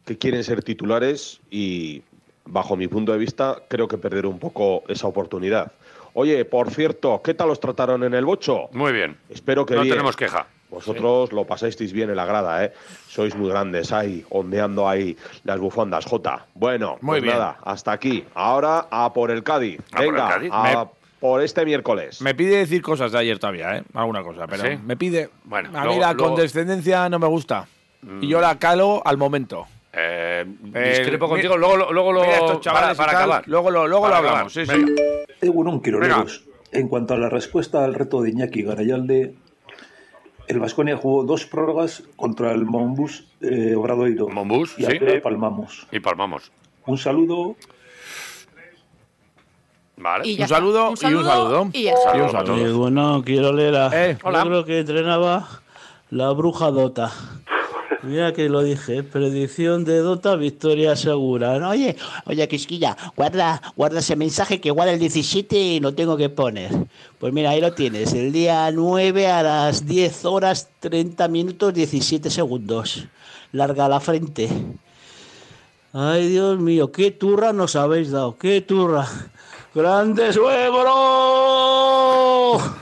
S17: que quieren ser titulares y, bajo mi punto de vista, creo que perder un poco esa oportunidad. Oye, por cierto, ¿qué tal os trataron en el bocho?
S2: Muy bien.
S17: Espero que
S2: No
S17: bien.
S2: tenemos queja.
S17: Vosotros lo pasasteis bien en la grada, ¿eh? Sois muy grandes ahí, ondeando ahí las bufandas, J. Bueno,
S3: Muy
S17: pues
S3: bien.
S17: nada, hasta aquí. Ahora a por el Cádiz.
S3: A por
S17: Venga,
S3: el Cádiz.
S17: a
S3: Me-
S17: por este miércoles.
S3: Me pide decir cosas de ayer todavía, ¿eh? Alguna cosa, pero
S17: ¿Sí?
S3: me pide.
S2: Bueno,
S3: a mí
S2: luego-
S3: la
S2: luego-
S3: condescendencia no me gusta. Y
S2: Mm.
S3: yo la calo al momento.
S2: Eh,
S3: Eh,
S2: discrepo
S3: mi-
S2: contigo, luego, lo- luego lo
S3: mira estos
S2: para,
S3: chavales
S2: para
S3: y tal,
S2: acabar.
S3: Luego lo, luego
S2: Para
S3: lo
S2: acabar,
S3: hablamos, sí, sí.
S2: venga.
S18: Egunon Quiroleros. En cuanto a la respuesta al reto de Iñaki Garayalde, el Vasconia jugó dos prórrogas contra el Mombus eh, Obradoiro.
S2: Mombus,
S18: y al
S2: sí.
S18: final palmamos.
S2: Y palmamos.
S18: Un saludo.
S2: Vale.
S18: Y ya Un está. saludo Un y un saludo saludo. y ya está.
S2: Y un
S9: Bueno,
S2: saludo.
S9: Quirolera.
S2: hola.
S9: Yo creo que entrenaba la bruja Dota. Mira que lo dije, predicción de Dota, victoria segura. ¿no? Oye,
S19: Oye, Quisquilla, guarda, guarda ese mensaje que igual el 17 y lo tengo que poner.
S9: pues mira, ahí lo tienes, el día 9 a las 10 horas 30 minutos 17 segundos. Larga la frente. Ay, Dios mío, qué turra nos habéis dado, qué turra. ¡Grande suegro!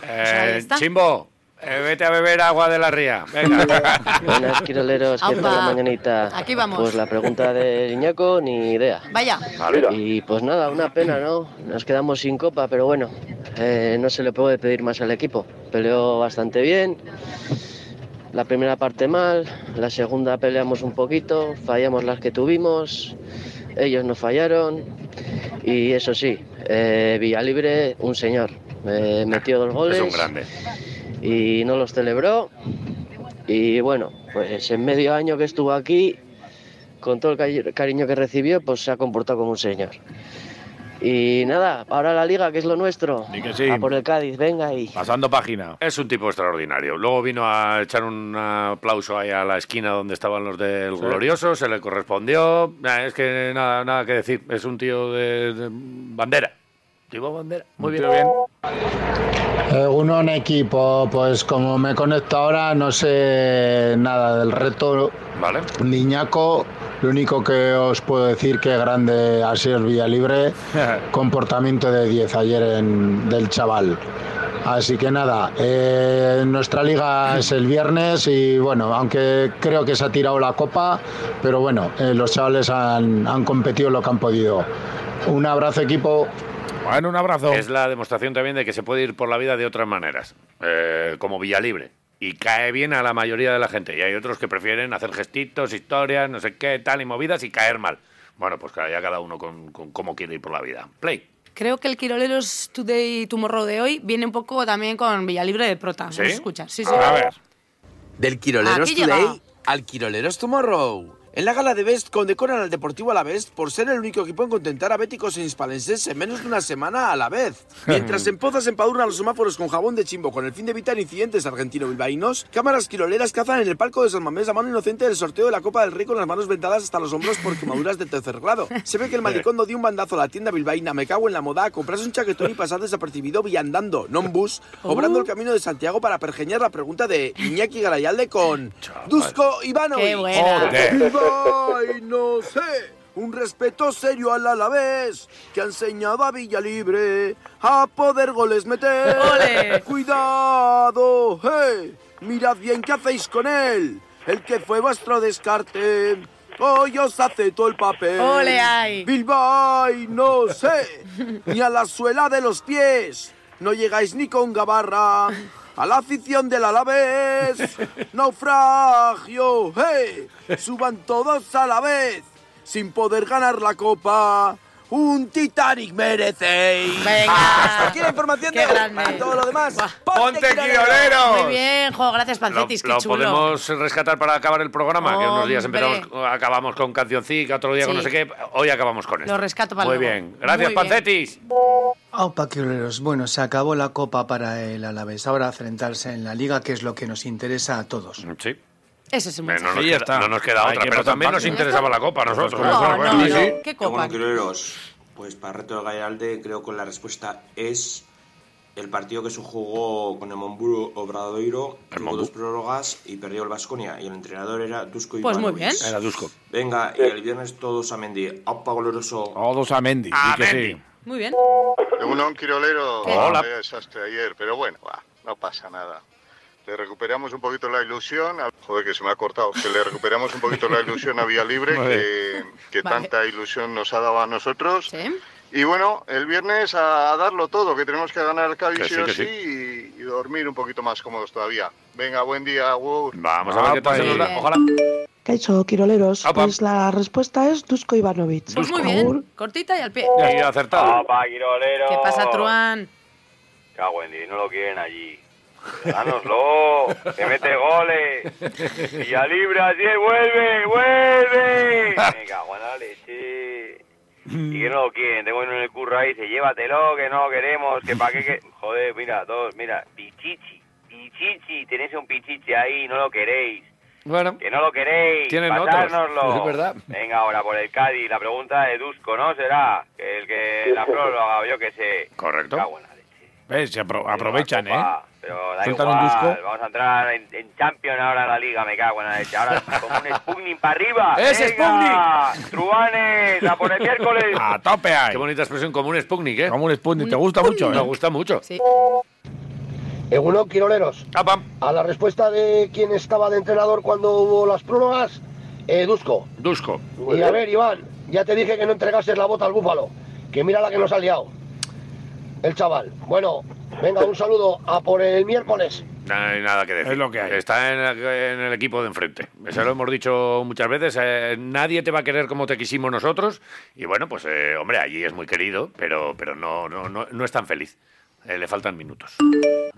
S2: Eh,
S4: Ahí está.
S2: Chimbo, eh, vete a beber agua de la ría. Venga.
S20: Buenas, quiroleros, ¿qué tal la
S4: Aupa.
S20: mañanita?
S4: Aquí vamos.
S20: Pues la pregunta de Iñaco, ni idea.
S4: Vaya.
S20: Y pues nada, una pena, ¿no? Nos quedamos sin copa, pero bueno, eh, no se le puede pedir más al equipo. Peleó bastante bien. La primera parte mal, la segunda peleamos un poquito, fallamos las que tuvimos, ellos no fallaron y eso sí, eh, Villalibre, un señor, eh, metió dos goles
S2: Es un grande.
S20: y no los celebró. Y bueno, pues en medio año que estuvo aquí, con todo el cari- cariño que recibió, pues se ha comportado como un señor. Y nada, ahora la liga, que es lo nuestro. A por el Cádiz, venga y...
S2: Pasando página. Es un tipo extraordinario. Luego vino a echar un aplauso ahí a la esquina donde estaban los del Glorioso, se le correspondió. Nah, Es que nada, nada que decir. Es un tío de, de bandera. Tipo bandera. Muy bien.
S21: uno en Eh, equipo, pues como me conecto ahora, no sé nada del reto.
S2: Vale.
S21: Niñaco, lo único que os puedo decir que grande así es Villalibre, comportamiento de 10 ayer en- del chaval. Así que nada, eh, nuestra liga es el viernes y bueno, aunque creo que se ha tirado la copa, pero bueno, eh, los chavales han, han competido lo que han podido. Un abrazo equipo.
S2: Bueno, un abrazo. Es la demostración también de que se puede ir por la vida de otras maneras, eh, como Villalibre. Y cae bien a la mayoría de la gente. Y hay otros que prefieren hacer gestitos, historias, no sé qué, tal y movidas y caer mal. Bueno, pues ya cada uno con, con cómo quiere ir por la vida. Play.
S4: Creo que el Quiroleros Today y Tomorrow de hoy viene un poco también con Villalibre de Prota.
S22: ¿Sí?
S4: Vamos a escuchar. Sí, sí.
S22: Del Quiroleros
S4: Aquí
S22: Today
S4: llegaba.
S22: al Quiroleros Tomorrow. En la gala de Best condecoran al Deportivo Alavés por ser el único equipo en contentar a béticos e hispalenses en menos de una semana a la vez. Mientras en Pozas empaduran los semáforos con jabón de chimbo con el fin de evitar incidentes argentino-bilbaínos, cámaras quiroleras cazan en el palco de San Mamés la mano inocente del sorteo de la Copa del Rey con las manos vendadas hasta los hombros por quemaduras de tercer grado. Se ve que el malicón dio un bandazo a la tienda bilbaína Me cago en la moda a comprarse un chaquetón y pasar desapercibido viandando, non bus,
S23: Oh.
S22: obrando el camino de Santiago para pergeñar la pregunta de Iñaki Garayalde con Dusko Ivanovic.
S23: Qué buena. Joder.
S22: Ibai, no sé. Un respeto serio al Alavés, que ha enseñado a Villalibre a poder goles meter. ¡Cuidado! eh. Mirad bien qué hacéis con él. El que fue vuestro descarte, hoy os hace todo el papel.
S4: Ole, ay.
S22: Bilbao, no sé, ni a la suela de los pies. No llegáis ni con gabarra a la afición del Alavés. Naufragio, hey, suban todos a la vez, sin poder ganar la copa. Un Titanic merecéis. Venga. Hasta aquí la información de hoy. Todo lo demás. Ponte,
S4: Muy bien, jo, gracias,
S2: Lo,
S4: Pancetis,
S2: lo
S4: qué chulo.
S2: podemos rescatar para acabar el programa, que unos días
S4: Hombre.
S2: empezamos, acabamos con cancioncica, otro día con
S4: Sí.
S2: no sé qué. Hoy acabamos con esto.
S4: Lo rescato para
S2: Muy
S4: luego.
S2: bien. Gracias,
S4: Muy bien.
S2: Pancetis.
S24: Aupa, Quiroleros. Bueno, se acabó la copa para el Alavés. Ahora enfrentarse en la liga, que es lo que nos interesa a todos.
S2: Mm, Sí.
S4: Ese es un
S2: Eh,
S4: mensaje.
S2: No nos, queda, no nos queda otra, pero también nos interesaba la copa a nosotros.
S4: ¿eh? no, no. ¿Qué copa?
S8: Bueno, quiroleros, pues para reto de Gallarde creo que la respuesta es el partido que se jugó con el Monburo Obradoiro, tuvo dos prórrogas y perdió el Vasconia y el entrenador era Dusko
S4: Pues muy
S8: Ivanovic.
S4: bien.
S3: Era Dusko.
S8: Venga, y el viernes todos a Mendy. Apa, glorioso.
S3: Todos a Mendy. di que sí.
S4: Muy bien.
S25: Un Quirolero,
S3: ¿Qué? Hola.
S25: vaya desastre ayer, pero bueno, va, no pasa nada. Le recuperamos un poquito la ilusión. a- Joder, que se me ha cortado. Que le recuperamos un poquito la ilusión a Vía Libre,
S11: Vale.
S25: que, que
S11: Vale.
S25: tanta ilusión nos ha dado a nosotros. Y bueno, el viernes a, a darlo todo, que tenemos que ganar el Cádiz
S2: Que
S25: sí
S2: sí,
S25: o
S2: que
S25: sí, Y, y dormir un poquito más cómodos todavía. Venga, buen día, Gur.
S2: Vamos a ver qué tal se nos da. Ojalá.
S26: Caicho, Quiroleros,
S2: Apa.
S26: pues la respuesta es Dusko Ivanovic.
S4: Pues muy bien. Cortita y al pie.
S2: Y acertado.
S27: Papá, Quirolero.
S4: ¿Qué pasa, Truán?
S27: Cago en Dios, no lo quieren allí. Dánoslo, que mete goles. Y a libre ayer, vuelve, vuelve. Me cago en la leche. Y que no lo quieren, tengo uno en el curro ahí, dice, llévatelo, que no queremos, que para qué, que... Joder, mira, todos, mira, pichichi, pichichi, tenéis un pichichi ahí, no lo queréis.
S2: Bueno,
S27: Que no lo queréis.
S2: Tienen
S27: pasárnoslo.
S2: otros, es verdad.
S27: Venga, ahora por el Cádiz, la pregunta de Dusko, ¿no? Será que el que la prórroga, o yo que sé.
S2: Correcto.
S27: Cago en la-
S3: ¿Ves? Se apro- aprovechan, ¿eh?
S27: Pero da
S3: Sueltan
S27: igual,
S3: un disco.
S27: vamos a entrar en, en Champions ahora la liga, me cago en la leche. Ahora como un Sputnik para arriba.
S2: ¡Es
S27: Venga, Truanes, a por el miércoles.
S2: A tope Qué bonita expresión, como un Sputnik, ¿eh? Como
S3: un Sputnik, te gusta mucho, ¿eh?
S2: Me gusta mucho.
S28: Eguno Quiroleros. A la respuesta de quién estaba de entrenador cuando hubo las prórrogas, eh, Dusko.
S2: Dusko.
S28: Y a ver, Iván, ya te dije que no entregases la bota al búfalo. Que mira la que nos ha liado. El chaval. Bueno, venga, un saludo. A por el miércoles.
S2: No hay nada que decir. Es lo que hay. Está en, en el equipo de enfrente. Eso lo hemos dicho muchas veces. eh, nadie te va a querer como te quisimos nosotros. Y bueno, pues eh, hombre, allí es muy querido, pero, pero no, no, no, no es tan feliz. Eh, le faltan minutos.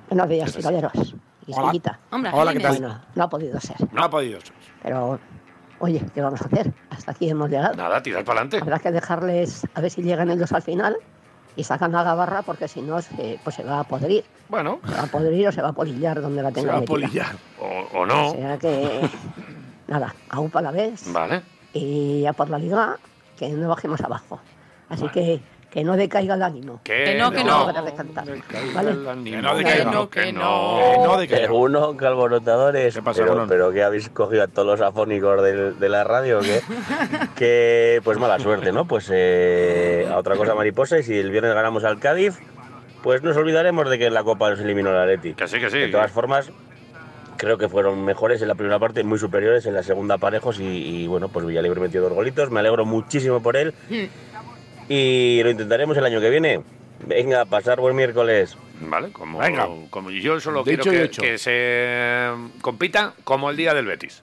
S29: Buenos días, chiroleros. Y
S2: Hola.
S29: Sayita.
S2: Hombre, Hola, ¿qué tal?
S29: Bueno, no ha podido ser.
S2: No ha podido.
S29: Pero, oye, ¿qué vamos a hacer? Hasta aquí hemos llegado.
S2: Nada, tirar para adelante.
S29: Habrá que dejarles a ver si llegan ellos al final y sacan a Gabarra porque si no, se- pues se va a podrir.
S2: Bueno.
S29: Se va a podrir o se va a polillar donde la tengan metida.
S2: O, o no.
S29: O sea que, nada, aún para la vez
S2: Vale.
S29: y a por la liga, que no bajemos abajo. Así que que no decaiga el ánimo.
S2: Que Que no, que no. no.
S29: Para descansar, ¿vale?
S2: Que
S29: no decaiga, Que no,
S2: que
S8: Uno, calborotadores. pero,
S30: Colón?
S8: pero que habéis cogido a todos los afónicos del- de, la radio, que, que pues mala suerte, ¿no? Pues eh, a otra cosa mariposa y si el viernes ganamos al Cádiz, pues nos olvidaremos de que en la Copa nos eliminó la Leti.
S2: Que sí, que sí.
S8: De todas formas, creo que fueron mejores en la primera parte, muy superiores en la segunda parejos y, y, bueno, pues Villalibre metió dos golitos, me alegro muchísimo por él y lo intentaremos el año que viene. Venga, pasar buen miércoles.
S2: Vale, como, como yo solo
S8: Dicho y
S2: quiero que,
S8: hecho.
S2: que se eh, compita como el día del Betis.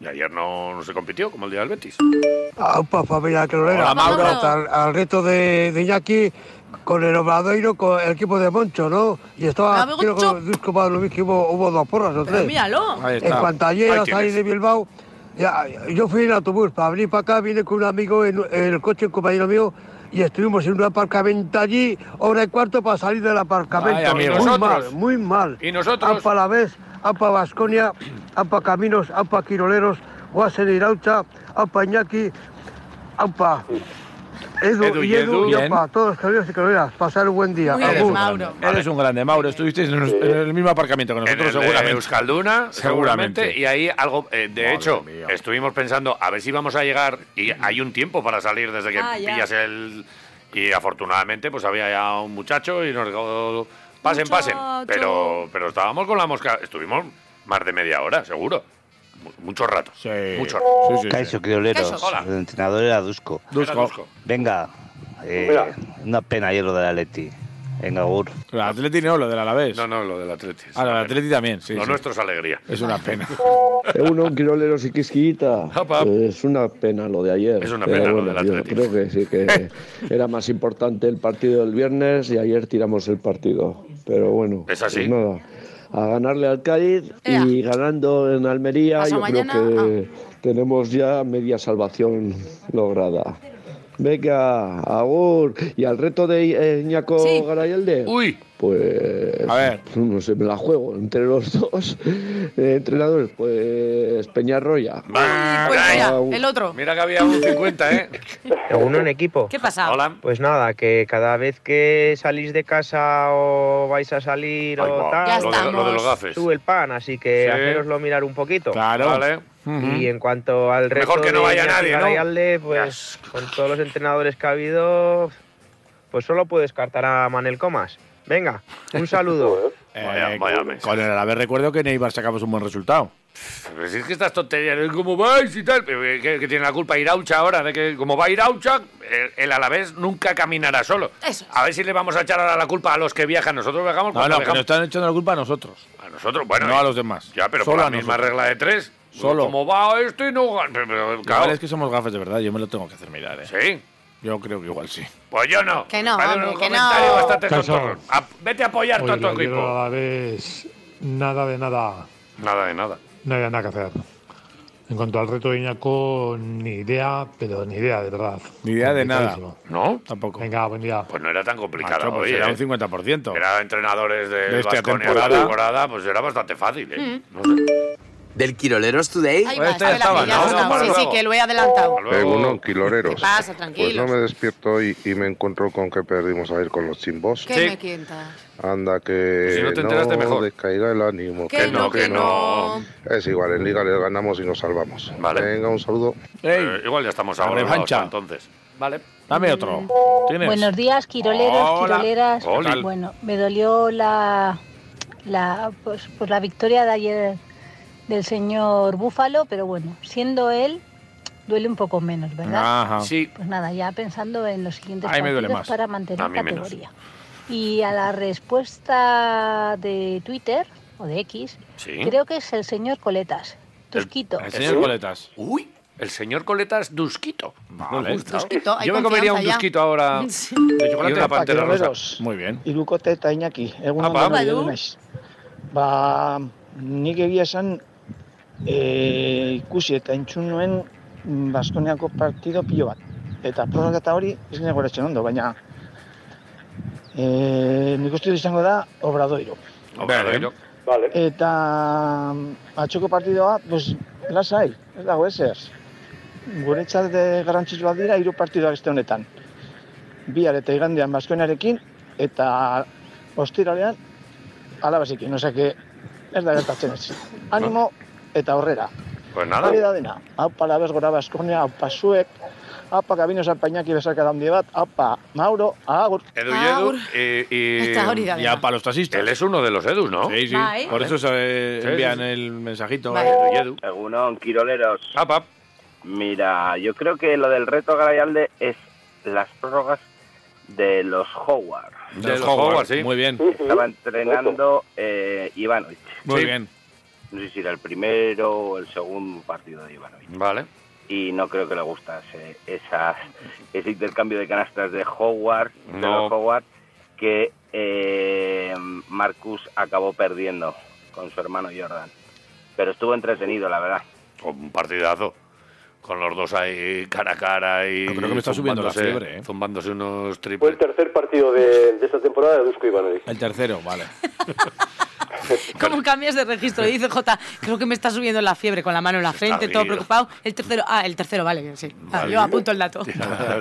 S2: Y ayer no, no se compitió como el día del Betis.
S31: Aupa, familia Clorera.
S2: Hola, Mauro.
S31: Al, al reto de, de Iñaki con el Obradoiro, con el equipo de Moncho, ¿no? Y estaba,
S4: Bravo,
S31: creo que Dusko Pavlovic que hubo, hubo dos porras o
S4: Pero
S31: tres.
S4: míralo. Ahí
S31: En
S4: está.
S31: cuanto ayer
S4: Ahí
S31: a salir
S4: tienes.
S31: de Bilbao, ya, yo fui en autobús para venir para acá, vine con un amigo en, en el coche, un compañero mío, y estuvimos en un aparcamiento allí, hora y cuarto para salir del aparcamento.
S2: Vaya,
S31: muy
S2: y nosotros.
S31: mal, muy mal.
S2: Y nosotros.
S31: Apa la vez, apa Vasconia, apa Caminos, apa Quiroleros, Guasen e Iraucha, apa Iñaki, apa. Edu,
S3: Edu
S31: y
S3: y
S31: Edu,
S3: Edu.
S31: y
S3: Bien.
S31: apa, todos los calorías y calorías, pasar un buen día.
S3: Eres
S31: Agur.
S3: un grande. Eres un grande, Mauro. Estuvisteis en, el- en el mismo aparcamiento que nosotros,
S2: en el de
S3: seguramente.
S2: Euskalduna, seguramente.
S3: Seguramente.
S2: Y ahí algo. eh, de hecho, estuvimos pensando a ver si vamos a llegar. Y hay un tiempo para salir desde que
S32: Ah, ya.
S2: pillas el. Y afortunadamente, pues había ya un muchacho y nos dijo: pasen, pasen.
S32: Muchacho.
S2: Pero, pero estábamos con la mosca. Estuvimos más de media hora, seguro. Mu- Muchos ratos. Muchos ratos.
S30: Caiso, crioleros.
S2: Caiso. Hola.
S30: El entrenador era Dusko.
S2: Dusko. Era Dusko.
S30: Venga. eh,
S2: Venga.
S30: una pena ayer lo del Atleti. Venga, Gur.
S3: El Atleti no, lo del Alavés.
S2: No, no, lo del Atleti.
S3: Ah, lo del Atleti también, sí.
S2: Lo
S3: sí.
S2: nuestro es alegría.
S3: Es una pena.
S33: Uno, quiroleros y quisquillita.
S2: Apa.
S33: Es una pena lo de ayer.
S2: Es una
S33: Pero
S2: pena lo
S33: bueno,
S2: del
S33: yo
S2: Atleti.
S33: Creo que sí, que era más importante el partido del viernes y ayer tiramos el partido. Pero bueno,
S2: Es así.
S33: pues nada, a ganarle al Cádiz y ganando en Almería,
S4: Pasado
S33: yo
S4: mañana,
S33: creo que tenemos ya media salvación lograda. Venga, Agur. ¿Y al reto de eh, Iñaco Garayalde?
S2: Uy.
S33: Pues. A ver. No sé, me la juego entre los dos eh, entrenadores. Pues. Peñarroya. Ah,
S4: Pues mira,
S33: Au.
S4: el otro.
S2: Mira que había un 50, ¿eh?
S23: Uno en equipo.
S4: ¿Qué pasa?
S23: Pues nada, que cada vez que salís de casa o vais a salir
S2: Ahí
S23: o
S2: va,
S23: tal,
S2: Ya lo de- estamos. lo de los gafes.
S23: sube el pan, así que
S2: Sí.
S23: hacéroslo mirar un poquito.
S2: Claro. Vale.
S23: Y en cuanto al resto
S2: Mejor que no
S23: de
S2: vaya
S23: Iñaki
S2: nadie, ¿no?
S23: Garayalde, pues con todos los entrenadores que ha habido, pues solo puedo descartar a Manel Comas. Venga, un saludo.
S3: Eh, con el Alavés recuerdo que en Eibar sacamos un buen resultado.
S2: Pero si es que estas tonterías, es como vais y tal, pero que, que tiene la culpa Iraucha ahora, de que como va Iraucha, el, el Alavés nunca caminará solo. A ver si le vamos a echar ahora la culpa a los que viajan. Nosotros viajamos
S3: No,
S2: cuando
S3: no, que
S2: viajamos.
S3: nos están echando la culpa a nosotros.
S2: A nosotros, bueno.
S3: No
S2: eh,
S3: a los demás.
S2: Ya, pero
S3: Solo
S2: por la
S3: a
S2: misma
S3: nosotros.
S2: regla de tres.
S3: Solo.
S2: Como va esto y no gana. Pero, pero,
S3: La verdad
S2: claro.
S3: es que somos gafas de verdad, yo me lo tengo que hacer mirar, ¿eh?
S2: Sí.
S3: Yo creo que igual sí.
S2: Pues yo no.
S4: Que no,
S2: Vale,
S4: hombre,
S2: un
S4: que
S2: comentario
S4: no.
S2: bastante
S12: Caso.
S2: tontorrón. A- Vete a apoyar todo
S12: Hoy
S2: tu
S12: lo dieron
S2: equipo.
S12: a la vez, nada de nada,
S2: Nada de nada.
S12: no había nada que hacer. En cuanto al reto de Iñaco, ni idea, pero ni idea de verdad.
S3: Ni idea de nada.
S12: Complicadísimo.
S2: ¿No?
S12: Tampoco. Venga, buen día.
S2: Pues no era tan complicado.
S12: Macho, pues
S2: oye,
S12: era un
S2: ¿eh?
S3: 50%.
S2: Era entrenadores de,
S3: De esta
S2: Baskonia de la
S3: temporada.
S2: temporada, pues era bastante fácil, ¿eh?
S34: Mm.
S22: ¿Del Quiroleros Today?
S3: Pues
S4: Ahí
S3: este
S4: va, estaba la pilla,
S22: ¿no?
S4: estaba. Sí, sí, que lo he adelantado.
S11: Egunon, quiloleros.
S4: ¿Qué pasa?
S11: Pues
S4: Tranquilos.
S11: no me despierto hoy y me encuentro con que perdimos a ir con los chimbos.
S4: ¿Qué me cuentas?
S11: Anda, que
S2: Pues Si no te enteraste, mejor.
S11: decaiga el ánimo.
S4: Que no, que no.
S11: Es igual, en Liga les ganamos y nos salvamos. Venga, un saludo.
S2: Eh, igual ya estamos
S11: La
S2: ahora.
S11: revancha.
S2: Entonces. Vale.
S11: Dame otro.
S34: Mm.
S2: ¿Tienes?
S34: Buenos días, quiroleros,
S2: Hola.
S34: quiroleras.
S2: Hola.
S34: Bueno, me dolió la la, pues, pues la victoria de ayer del señor Búfalo, pero bueno, siendo él, duele un poco menos, ¿verdad?
S2: Ajá. Sí.
S34: Pues nada, ya pensando en los siguientes
S2: Ahí me duele
S34: partidos
S2: más.
S34: para mantener
S2: A mí menos.
S34: categoría. Y a la respuesta de Twitter o de X,
S2: Sí.
S34: creo que es el señor Coletas, Tusquito.
S35: El señor Coletas.
S2: Uy, el señor Coletas Dusquito. No le gusta.
S34: Dusquito, hay
S2: Yo me comería un
S34: confianza ya.
S2: Dusquito ahora.
S34: Sí.
S2: De chocolate y una
S12: Epa,
S2: pantera rosa.
S12: kiroleros.
S35: Muy bien.
S12: Irukote eta Iñaki, egun
S2: Apa.
S12: ondo
S2: Badu.
S12: nire naiz. Ba, nik egia esan e, ikusi eta entzun nuen mm, Baskoniako partido pilo bat. Eta prologata hori ez nire goretzen ondo, baina e, nik uste dut izango da Obradoiro.
S2: Obradoiro.
S12: Vale. Eta mm, atxoko partidoa, pues, lasai, ez dago ezer. Guretzat eh, garrantzitsuak dira hiru partidoak este honetan. Bihar eta igandean Baskoniarekin eta ostiralean alabasekin, osea que ez da gertatzen ez. Animo eta aurrera.
S2: Pues nada.
S12: Hori da dena. Haupa labez gora Baskonia, haupa zuek, haupa Gabinos alpainaki besarka da handi bat, haupa Mauro, agur.
S2: Edu y Edu. eh, y-
S12: Esta hori da dena.
S2: para los taxistas. Él es uno de los Edus, ¿no?
S35: Sí, sí.
S12: Bai.
S35: Por eso se eh,
S2: Sí,
S35: envían
S2: sí, sí.
S35: el mensajito.
S27: Egunon, Quiroleros. Mira, yo creo que lo del reto Garayalde es las prórrogas de los Howard.
S35: De los Howard, sí. Muy bien.
S27: Estaba entrenando eh, Ivanovic.
S35: Muy bien.
S27: No sé si era el primero o el segundo partido de Ivanovic.
S2: Vale.
S27: Y no creo que le gustase esas, ese intercambio de canastas de Howard, de
S2: No.
S27: los Howard, que eh, Marcus acabó perdiendo con su hermano Jordan. Pero estuvo entretenido, la verdad.
S2: Un partidazo. Con los dos ahí cara a cara y.
S35: creo que me está subiendo la
S2: zumbándose-
S35: fiebre, ¿eh?
S2: Zumbándose unos triples.
S12: Pues
S18: Tercer partido de, de esta temporada de Dusko Ivanovic.
S35: El tercero, vale.
S4: ¿Cómo cambias de registro? Dice J, creo que me está subiendo la fiebre con la mano en la frente, todo
S35: abrido.
S4: preocupado. El tercero, ah, el tercero, vale, bien, sí. Ah,
S35: Vale.
S4: Yo apunto el dato.
S35: el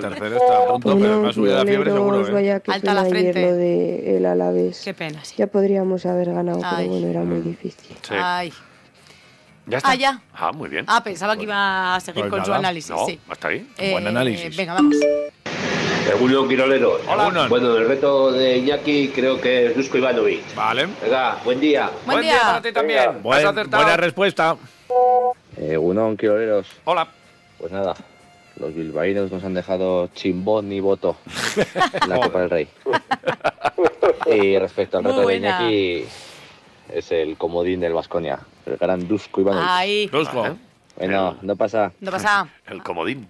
S35: tercero está a punto, pero me ha subido la fiebre seguro.
S26: Quiroleros,
S35: ¿eh?
S26: Vaya que
S4: Alta la
S26: pena ayer
S4: frente.
S26: lo de el Alavés.
S4: Qué pena, sí.
S26: Ya podríamos haber ganado,
S4: Ay.
S26: pero bueno, era muy difícil.
S2: Sí.
S4: Ay.
S2: ¿Ya está?
S4: Ah, ya.
S2: Ah, muy bien.
S4: Ah, pensaba que iba a seguir
S2: Pues
S4: con su
S2: nada.
S4: análisis,
S2: No,
S4: sí.
S2: hasta ahí.
S4: Eh, Venga, vamos.
S36: Julio Quirolero. Bueno, el reto de Iñaki creo que es Dusko Ivanovic.
S35: Vale.
S36: Venga, buen día.
S4: Buen, día.
S2: para ti también.
S35: Buen-
S2: Has acertado.
S35: buena respuesta.
S3: Egunon, Eh, quiroleros.
S2: Hola.
S3: Pues nada, los bilbaínos nos han dejado chimbón ni voto en la Copa del Rey. y respecto al
S4: Muy
S3: reto de
S4: buena.
S3: Iñaki, es el comodín del Vasconia, el gran Dusko Ivanovic.
S4: Ahí.
S3: Bueno, no pasa.
S4: No pasa.
S2: El comodín.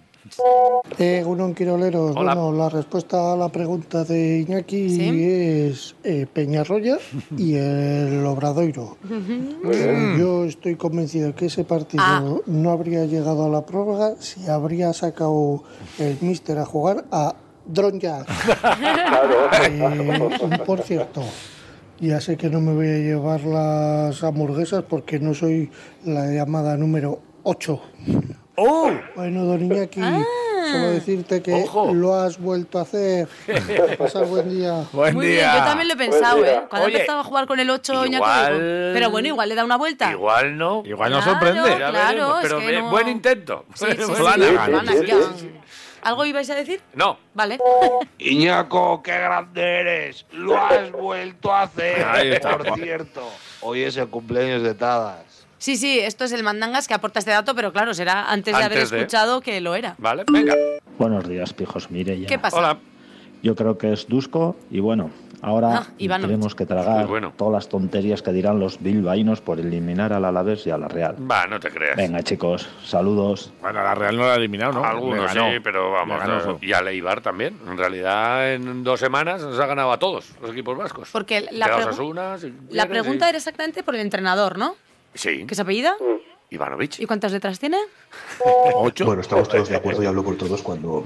S16: Eh, Egunon Quiroleros,
S3: Hola.
S16: bueno, la respuesta a la pregunta de Iñaki es eh, Peñarroya y el Obradoiro. Eh, Yo estoy convencido que ese partido no habría llegado a la prórroga si habría sacado el míster a jugar a Dronja. por cierto, ya sé que no me voy a llevar las hamburguesas porque no soy la llamada número 8.
S35: ¡Oh!
S16: Bueno, don Iñaki, solo decirte que lo has vuelto a hacer. Pasar buen día.
S35: Buen
S4: Muy bien, yo también lo he pensado, ¿eh? Cuando
S2: Pues Oye,
S4: he empezado a jugar con el 8,
S2: igual-
S4: Pero bueno, igual le da una vuelta.
S2: Igual no. Igual
S4: nos Claro, sorprende.
S2: Ya
S4: claro,
S2: veremos,
S4: es
S2: pero
S4: que
S2: bien,
S4: no-
S2: buen intento.
S4: Sí, sí, sí,
S2: Flanagan.
S4: Flanagan, ya. ¿Algo ibais a decir?
S2: No.
S4: Vale.
S16: Iñaco, qué grande eres. Lo has vuelto a hacer.
S2: Ahí está.
S16: Por cierto, hoy es el cumpleaños de Tadas.
S4: Sí, sí, esto es el mandangas que aporta este dato, pero claro, será antes de
S16: Antes
S4: haber
S16: de.
S4: escuchado que lo era.
S2: Vale, venga.
S8: Buenos días, pijos. Mire
S4: ¿Qué pasa?
S8: Yo creo que es Dusko y bueno, ahora
S4: Ah, Ivanovic.
S8: tenemos que tragar todas las tonterías que dirán los bilbaínos por eliminar al Alavés y a la Real.
S2: Va, no te creas.
S8: Venga, chicos, saludos.
S35: Bueno, la Real no la ha eliminado, ¿no? Le
S2: Algunos
S35: ganó.
S2: sí, pero vamos.
S35: Le ganó,
S2: no, y a Leibar también. En realidad, en dos semanas nos ha ganado a todos los equipos vascos.
S4: Porque Pues la
S2: Quedaos
S4: pregu-
S2: Asuna, si
S4: La
S2: quieres,
S4: pregunta
S2: y-
S4: era exactamente por el entrenador, ¿no?
S2: Sí.
S4: ¿Qué se apellida?
S2: Ivanovich.
S4: ¿Y cuántas letras tiene?
S17: Bueno, estamos todos de acuerdo y hablo por todos cuando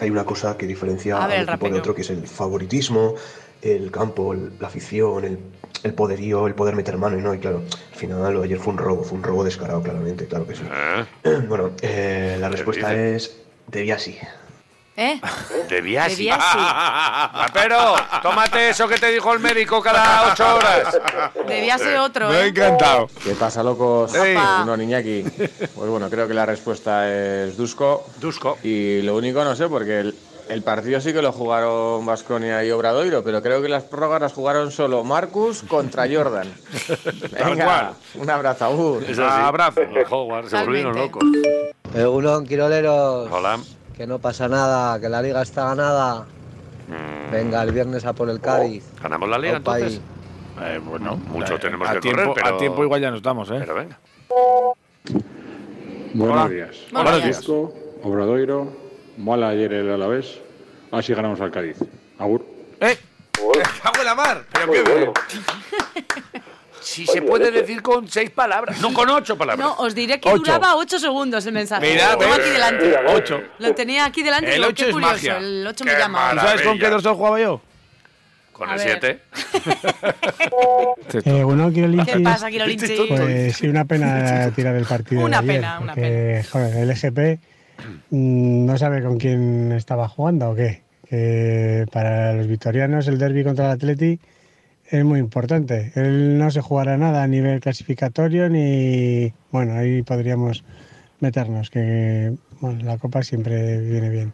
S17: hay una cosa que diferencia
S4: A
S17: a
S4: ver,
S17: un equipo de
S4: rapero.
S17: otro, que es el favoritismo, el campo, el- la afición, el, el poderío, el poder meter mano y no. Y claro, al final lo de ayer fue un robo, fue un robo descarado, claramente, claro que sí.
S3: Ah.
S17: Bueno, eh, la respuesta es de Biasi.
S4: ¿Eh?
S2: De
S17: Biasi.
S4: De Biasi.
S2: Pero,
S4: Ah,
S2: tómate eso que te dijo el médico cada ocho horas.
S4: Debía ser otro. ¿eh?
S37: ¿Qué pasa, locos?
S4: Ey.
S37: No, Niñaki. Pues bueno, creo que la respuesta es Dusko. Dusko. Y lo único, no sé, porque el-
S9: El partido sí que lo jugaron Vasconia y Obradoiro, pero creo que las prórrogas las jugaron solo Marcus contra Jordan. Venga, un abrazo, agur.
S2: Es así. Abrazo.
S4: ah.
S2: Los Hogwarts se volvieron locos.
S20: Egunon, Eh, Quiroleros.
S2: Hola.
S20: Que no pasa nada, que la liga está ganada.
S2: Mm.
S20: Venga, el viernes a por el Cádiz.
S2: ¿Ganamos la liga
S20: Opa, ahí.
S2: entonces? Eh, bueno, mucho tenemos
S3: a
S2: que
S3: tiempo,
S2: correr, pero...
S3: A tiempo igual ya nos damos, ¿eh?
S2: Pero venga.
S1: Buenos
S3: Hola.
S1: días.
S3: Buenos Buenos días.
S1: Francisco, Obradoiro, mal ayer el Alavés. Así ganamos al Cádiz. Agur.
S2: ¡Cago la mar! ¿Pero qué Si se puede decir con seis palabras, no con ocho palabras.
S4: No, os diré que
S2: Ocho.
S4: duraba ocho segundos el mensaje.
S2: Mirad,
S4: lo tengo aquí
S2: eh,
S4: delante.
S2: mira, ocho.
S4: Lo tenía aquí delante.
S2: El
S4: digo,
S2: ocho
S4: qué
S2: es
S4: curioso.
S2: magia.
S4: El ocho
S2: Qué
S4: me llama.
S3: ¿Tú sabes con qué
S2: Maravilla.
S3: dorsal jugaba yo?
S2: Con
S4: A
S2: el
S4: ver.
S2: siete.
S35: Eh, bueno, Kirolinchis,
S4: ¿Qué pasa, Kirolinchis?
S35: Pues sí, una pena tirar el partido.
S4: Una
S35: de ayer,
S4: pena, una
S35: porque, Joder, el SGP mm, no sabe con quién estaba jugando o qué. Que para los victorianos el derby contra el Atleti es muy importante. Él no se jugará nada a nivel clasificatorio ni. Bueno, ahí podríamos meternos, que bueno, la copa siempre viene bien.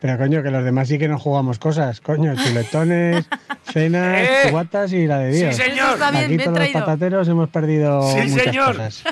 S35: Pero coño, que los demás sí que nos jugamos cosas, coño, chuletones, cenas,
S2: ¡Eh!
S35: cubatas y la de Dios.
S2: Sí, señor. Eso está bien,
S35: Aquí
S2: bien
S35: todos
S2: traído.
S35: los patateros hemos perdido
S2: Sí,
S35: Oh, muchas
S2: señor.
S35: cosas.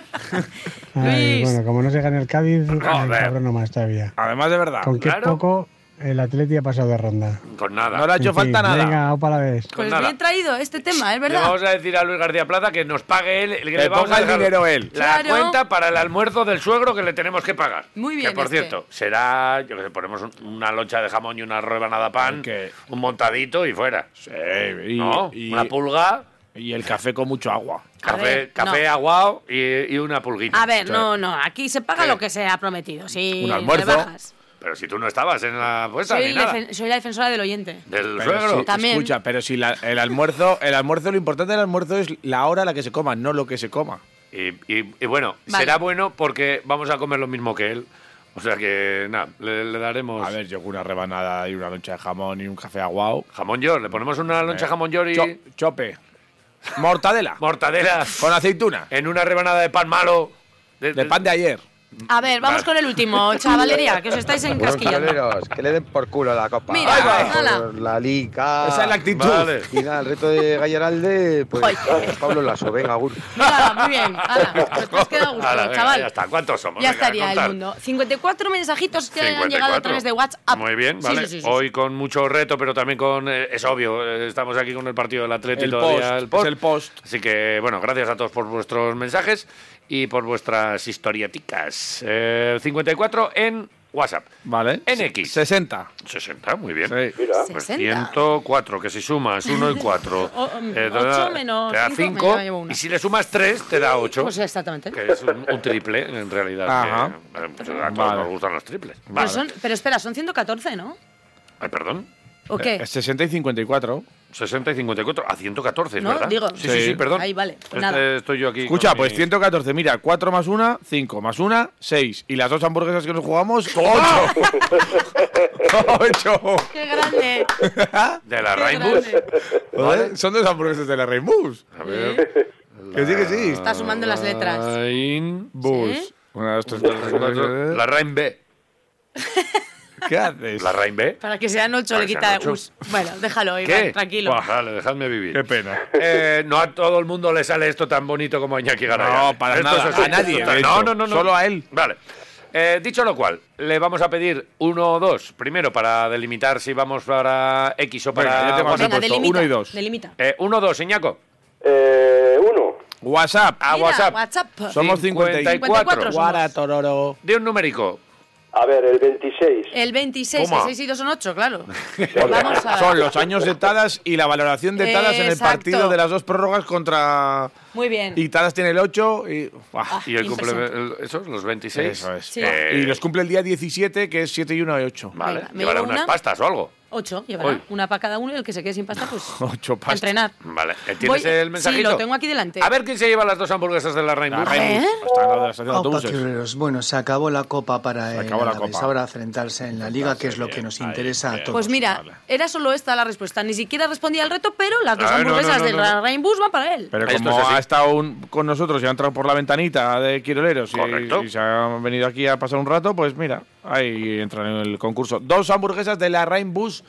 S35: Ay,
S2: Luis.
S35: bueno, como no se gana el Cádiz, ay,
S2: Joder.
S35: cabrón nomás todavía.
S3: Además de verdad.
S35: Con qué
S3: Claro.
S35: poco el Atleti ha pasado de ronda.
S2: Con nada.
S3: No le ha hecho
S35: En fin,
S3: falta nada.
S35: Venga, opa la vez.
S4: Pues
S2: nada.
S4: bien traído este tema, es
S2: Le
S4: verdad.
S2: vamos a decir a Luis García Plata que nos pague él. Que
S3: Que
S2: le vamos
S3: ponga
S2: a
S3: el
S2: dejar
S3: dinero él.
S2: La
S4: Claro.
S2: cuenta para el almuerzo del suegro que le tenemos que pagar.
S4: Muy bien
S2: Que por
S4: este.
S2: cierto, será. Yo que sé, ponemos un- una loncha de jamón y una rebanada de pan. Un montadito y fuera. Sí,
S3: y-
S2: ¿No?
S3: y-
S2: una pulga.
S3: Y el café con mucho agua.
S2: Café,
S4: ver,
S2: café
S4: no.
S2: aguao y, y una pulguita.
S4: A ver,
S2: Sí.
S4: no, no, aquí se paga lo que se ha prometido. Si
S2: Un almuerzo.
S4: Eh, rebajas.
S2: Pero si tú no estabas en la puesta
S4: Soy,
S2: ni nada.
S4: defen- soy la defensora del oyente.
S2: Del
S3: Pero
S2: suegro.
S3: sí, Escucha, pero si la- el almuerzo, el almuerzo, lo importante del almuerzo es la hora a la que se coma, no lo que se coma.
S2: Y, y- y bueno,
S3: Vale.
S2: será bueno porque vamos a comer lo mismo que él. O sea que, nada, le, le daremos.
S3: A ver, yo con una rebanada y una loncha de jamón y un café aguao.
S2: Jamón york, le ponemos una loncha de jamón york y.
S3: chope. Mortadela.
S2: Mortadela.
S3: Con aceituna.
S2: En una rebanada de pan malo. De,
S3: pan de ayer.
S4: A ver, vamos
S3: Vale.
S4: con el último, chavalería, que os estáis encasquillando.
S7: Quiroleros, que le den por culo a la copa.
S4: Mira, Ahí va. ala.
S7: Por la liga.
S3: Esa es la actitud. Vale.
S7: Y nada, el reto de Gallaralde, pues Pablo Lasso, venga, Agur.
S4: Mira, muy bien, ala, pues te has quedado a gusto,
S2: Ala, venga,
S4: chaval.
S2: Ya está, ¿cuántos somos?
S4: Ya
S2: Venga,
S4: estaría el
S2: contad.
S4: mundo. 54 mensajitos que han
S2: 54.
S4: llegado a través de WhatsApp.
S2: Muy bien,
S4: Ah, Sí,
S2: vale.
S4: sí, sí, sí.
S2: Hoy con mucho reto, pero también con. eh, es obvio, eh, estamos aquí con el partido del Atlético
S3: El
S2: todavía.
S3: post,
S2: el post.
S3: es el post.
S2: Así que, bueno, gracias a todos por vuestros mensajes y por vuestras historieticas. Eh, 54 en WhatsApp.
S3: Vale.
S2: En X.
S3: 60.
S2: 60, muy bien. Pues
S4: 60.
S2: 104, que si sumas 1 y 4.
S4: O- mm, ocho menos
S2: Te da
S4: cinco, me
S2: 5.
S4: llevo una.
S2: Y si le sumas 3, te da 8.
S4: Pues exactamente.
S2: que es un, un triple, en realidad.
S3: Ajá.
S2: que, eh, pues a todos
S3: Vale.
S2: nos gustan los triples.
S4: Pero, Pues son- pero espera, son 114, ¿no?
S2: Ay, perdón.
S4: ¿O qué?
S3: 60 Eh, y 54.
S2: 60 y 54. A 114, es
S4: ¿No?
S2: ¿verdad?
S4: Digo.
S2: Sí, sí, sí, perdón.
S4: Ahí vale, pues
S2: Este-
S4: nada.
S2: Estoy yo aquí.
S3: Escucha,
S2: con
S3: pues
S2: mi-
S3: 114, mira, 4 más 1, 5 más 1, 6. Y las dos hamburguesas que nos jugamos, 8. 8.
S4: ¡Qué grande!
S2: De la Rainbow.
S3: Son dos hamburguesas de la Rainbows.
S2: A ver.
S3: Que sí, que sí.
S4: Está sumando las letras.
S3: Rainbows.
S4: ¿Sí?
S3: Una, dos, tres,
S2: Dos, tres,
S3: cuatro,
S2: cuatro. La Rain B.
S3: ¿Qué haces?
S2: La Rain B.
S4: Para que sean 8
S2: Para
S4: le
S2: que
S4: quita
S2: sean ocho.
S4: us. Bueno, déjalo, Iván,
S2: ¿Qué?
S4: tranquilo.
S2: Bájale, dejadme vivir. Qué
S3: pena.
S2: no a todo el mundo le sale esto tan bonito como a Iñaki Garay.
S3: No, para
S2: Esto
S3: nada,
S2: es así.
S3: a nadie,
S2: Esto-
S3: de
S2: No,
S3: hecho,
S2: no, no, no.
S3: solo a él.
S2: Vale. Eh, dicho lo cual, le vamos a pedir uno o dos. Primero, para delimitar si vamos para X o para
S3: Venga, ya tengo aquí
S4: Venga,
S2: WhatsApp.
S4: delimita. Delimita.
S2: Eh, uno o dos, Iñaco.
S13: uno.
S3: WhatsApp.
S4: Mira,
S2: A Ah, WhatsApp.
S4: WhatsApp.
S2: Somos 54.
S4: 54 somos.
S3: Guara, Tororo.
S2: De un numérico.
S13: A ver, el 26.
S4: El 26,
S3: Toma.
S4: 6 y 2 son 8, claro. Vamos a-
S3: Son los años de Tadas y la valoración de Tadas en el
S4: Exacto.
S3: partido de las dos prórrogas contra.
S4: Muy bien. Ah,
S3: Y Tadas tiene el 8 y. ¡buah!
S2: y el cumple
S3: impresionante.
S2: el- esos, los 26.
S3: Eso es.
S4: Sí.
S3: Y los cumple el día 17, que es 7 y 1 y 8.
S2: Vale,
S4: Venga, me
S2: llevará
S4: llevo
S2: unas
S4: una.
S2: pastas o algo.
S4: 8, llevará
S2: Hoy.
S4: una para cada uno y el que se quede sin pasta, pues.
S3: Ocho
S4: a entrenar.
S2: Vale, eh, ¿tienes
S4: Voy-
S2: el mensajito?
S4: Sí, lo tengo aquí delante.
S2: A ver quién se lleva las dos hamburguesas de la Rainbow.
S4: La Rainbow. ¿Eh?
S3: Está al lado de la
S2: Oh,
S3: estación de
S31: Opa,
S3: autobuses.
S31: Quiroleros. Bueno, se acabó la copa para el
S3: acabó la
S31: Alavés.
S3: copa.
S31: Ahora enfrentarse en la Liga, que es lo que nos interesa a todos.
S4: Pues mira, era solo esta la respuesta. Ni siquiera respondía al reto, pero las dos
S31: Ah, no, no,
S4: hamburguesas
S31: no,
S4: del
S31: no, no.
S4: Rainbow van para él.
S3: Pero
S2: Esto
S3: como
S2: es así.
S3: ha estado un- con nosotros y ha entrado por la ventanita de Quiroleros
S2: Correcto.
S3: y, y se ha venido aquí a pasar un rato, pues mira, ahí entra en el concurso. Dos hamburguesas de la Rainbus,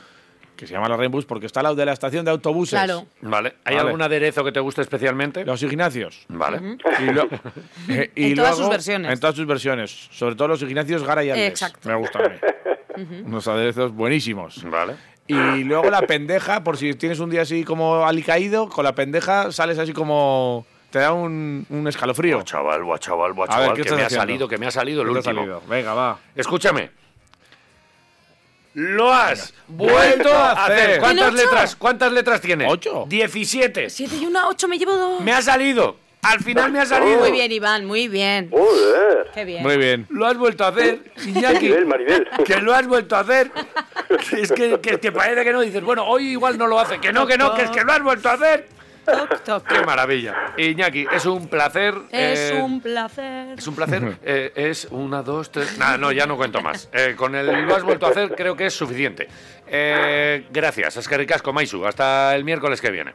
S3: que se llama la Rainbus porque está al lado de la estación de autobuses.
S2: Claro. Vale. ¿Hay algún
S3: aderezo que te guste especialmente? Los Ignacios.
S2: Vale.
S3: Y lo- eh, y
S4: En todas sus
S3: luego-
S4: versiones.
S3: En todas sus versiones. Sobre todo los Ignacios Gara y Alves.
S4: Exacto.
S3: Me gusta a mí. Unos aderezos buenísimos. Vale. Y luego la pendeja, por si tienes un día así como alicaído, con la pendeja sales así como. Te da un, un escalofrío.
S2: chaval, buah, chaval, buah,
S3: A ver,
S2: chaval,
S3: ¿qué
S2: que
S3: estás
S2: me
S3: haciendo?
S2: ha salido, que me ha salido el
S3: ¿Qué te ha
S2: último.
S3: salido? Venga, va.
S2: Escúchame. Lo has vuelto
S3: Vuelto a
S2: a hacer.
S3: hacer.
S2: ¿Cuántas
S4: ¿Tiene ocho?
S2: letras? ¿Cuántas letras tiene? Ocho. Diecisiete.
S4: Siete y una, ocho, me llevo dos.
S2: Me ha salido. Al final me ha salido.
S4: Muy bien, Iván, muy bien.
S2: Joder.
S4: Qué bien.
S3: Muy bien.
S2: Lo has vuelto a hacer, Iñaki.
S4: Maribel,
S2: Que lo has vuelto a hacer. Que es que, que, que parece que no dices, bueno, hoy igual no lo hace. Que no, que no, que es que lo has vuelto a hacer. Qué maravilla. Iñaki, es un placer.
S4: Es
S2: eh,
S4: un placer.
S2: Es un placer. Eh, es una, dos, tres. Nah, no, ya no cuento más. Eh, con el lo has vuelto a hacer, creo que es suficiente. Eh, gracias, es que ricasco, Maisu. Hasta el miércoles que viene.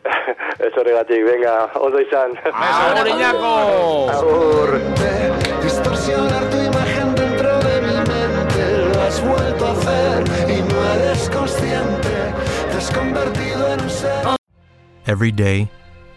S1: Eso regatik, venga, oso izan.
S38: Distorsionar tu imagen dentro de mi mente Lo has vuelto a hacer y no eres consciente Te has convertido en un ser
S39: Every day,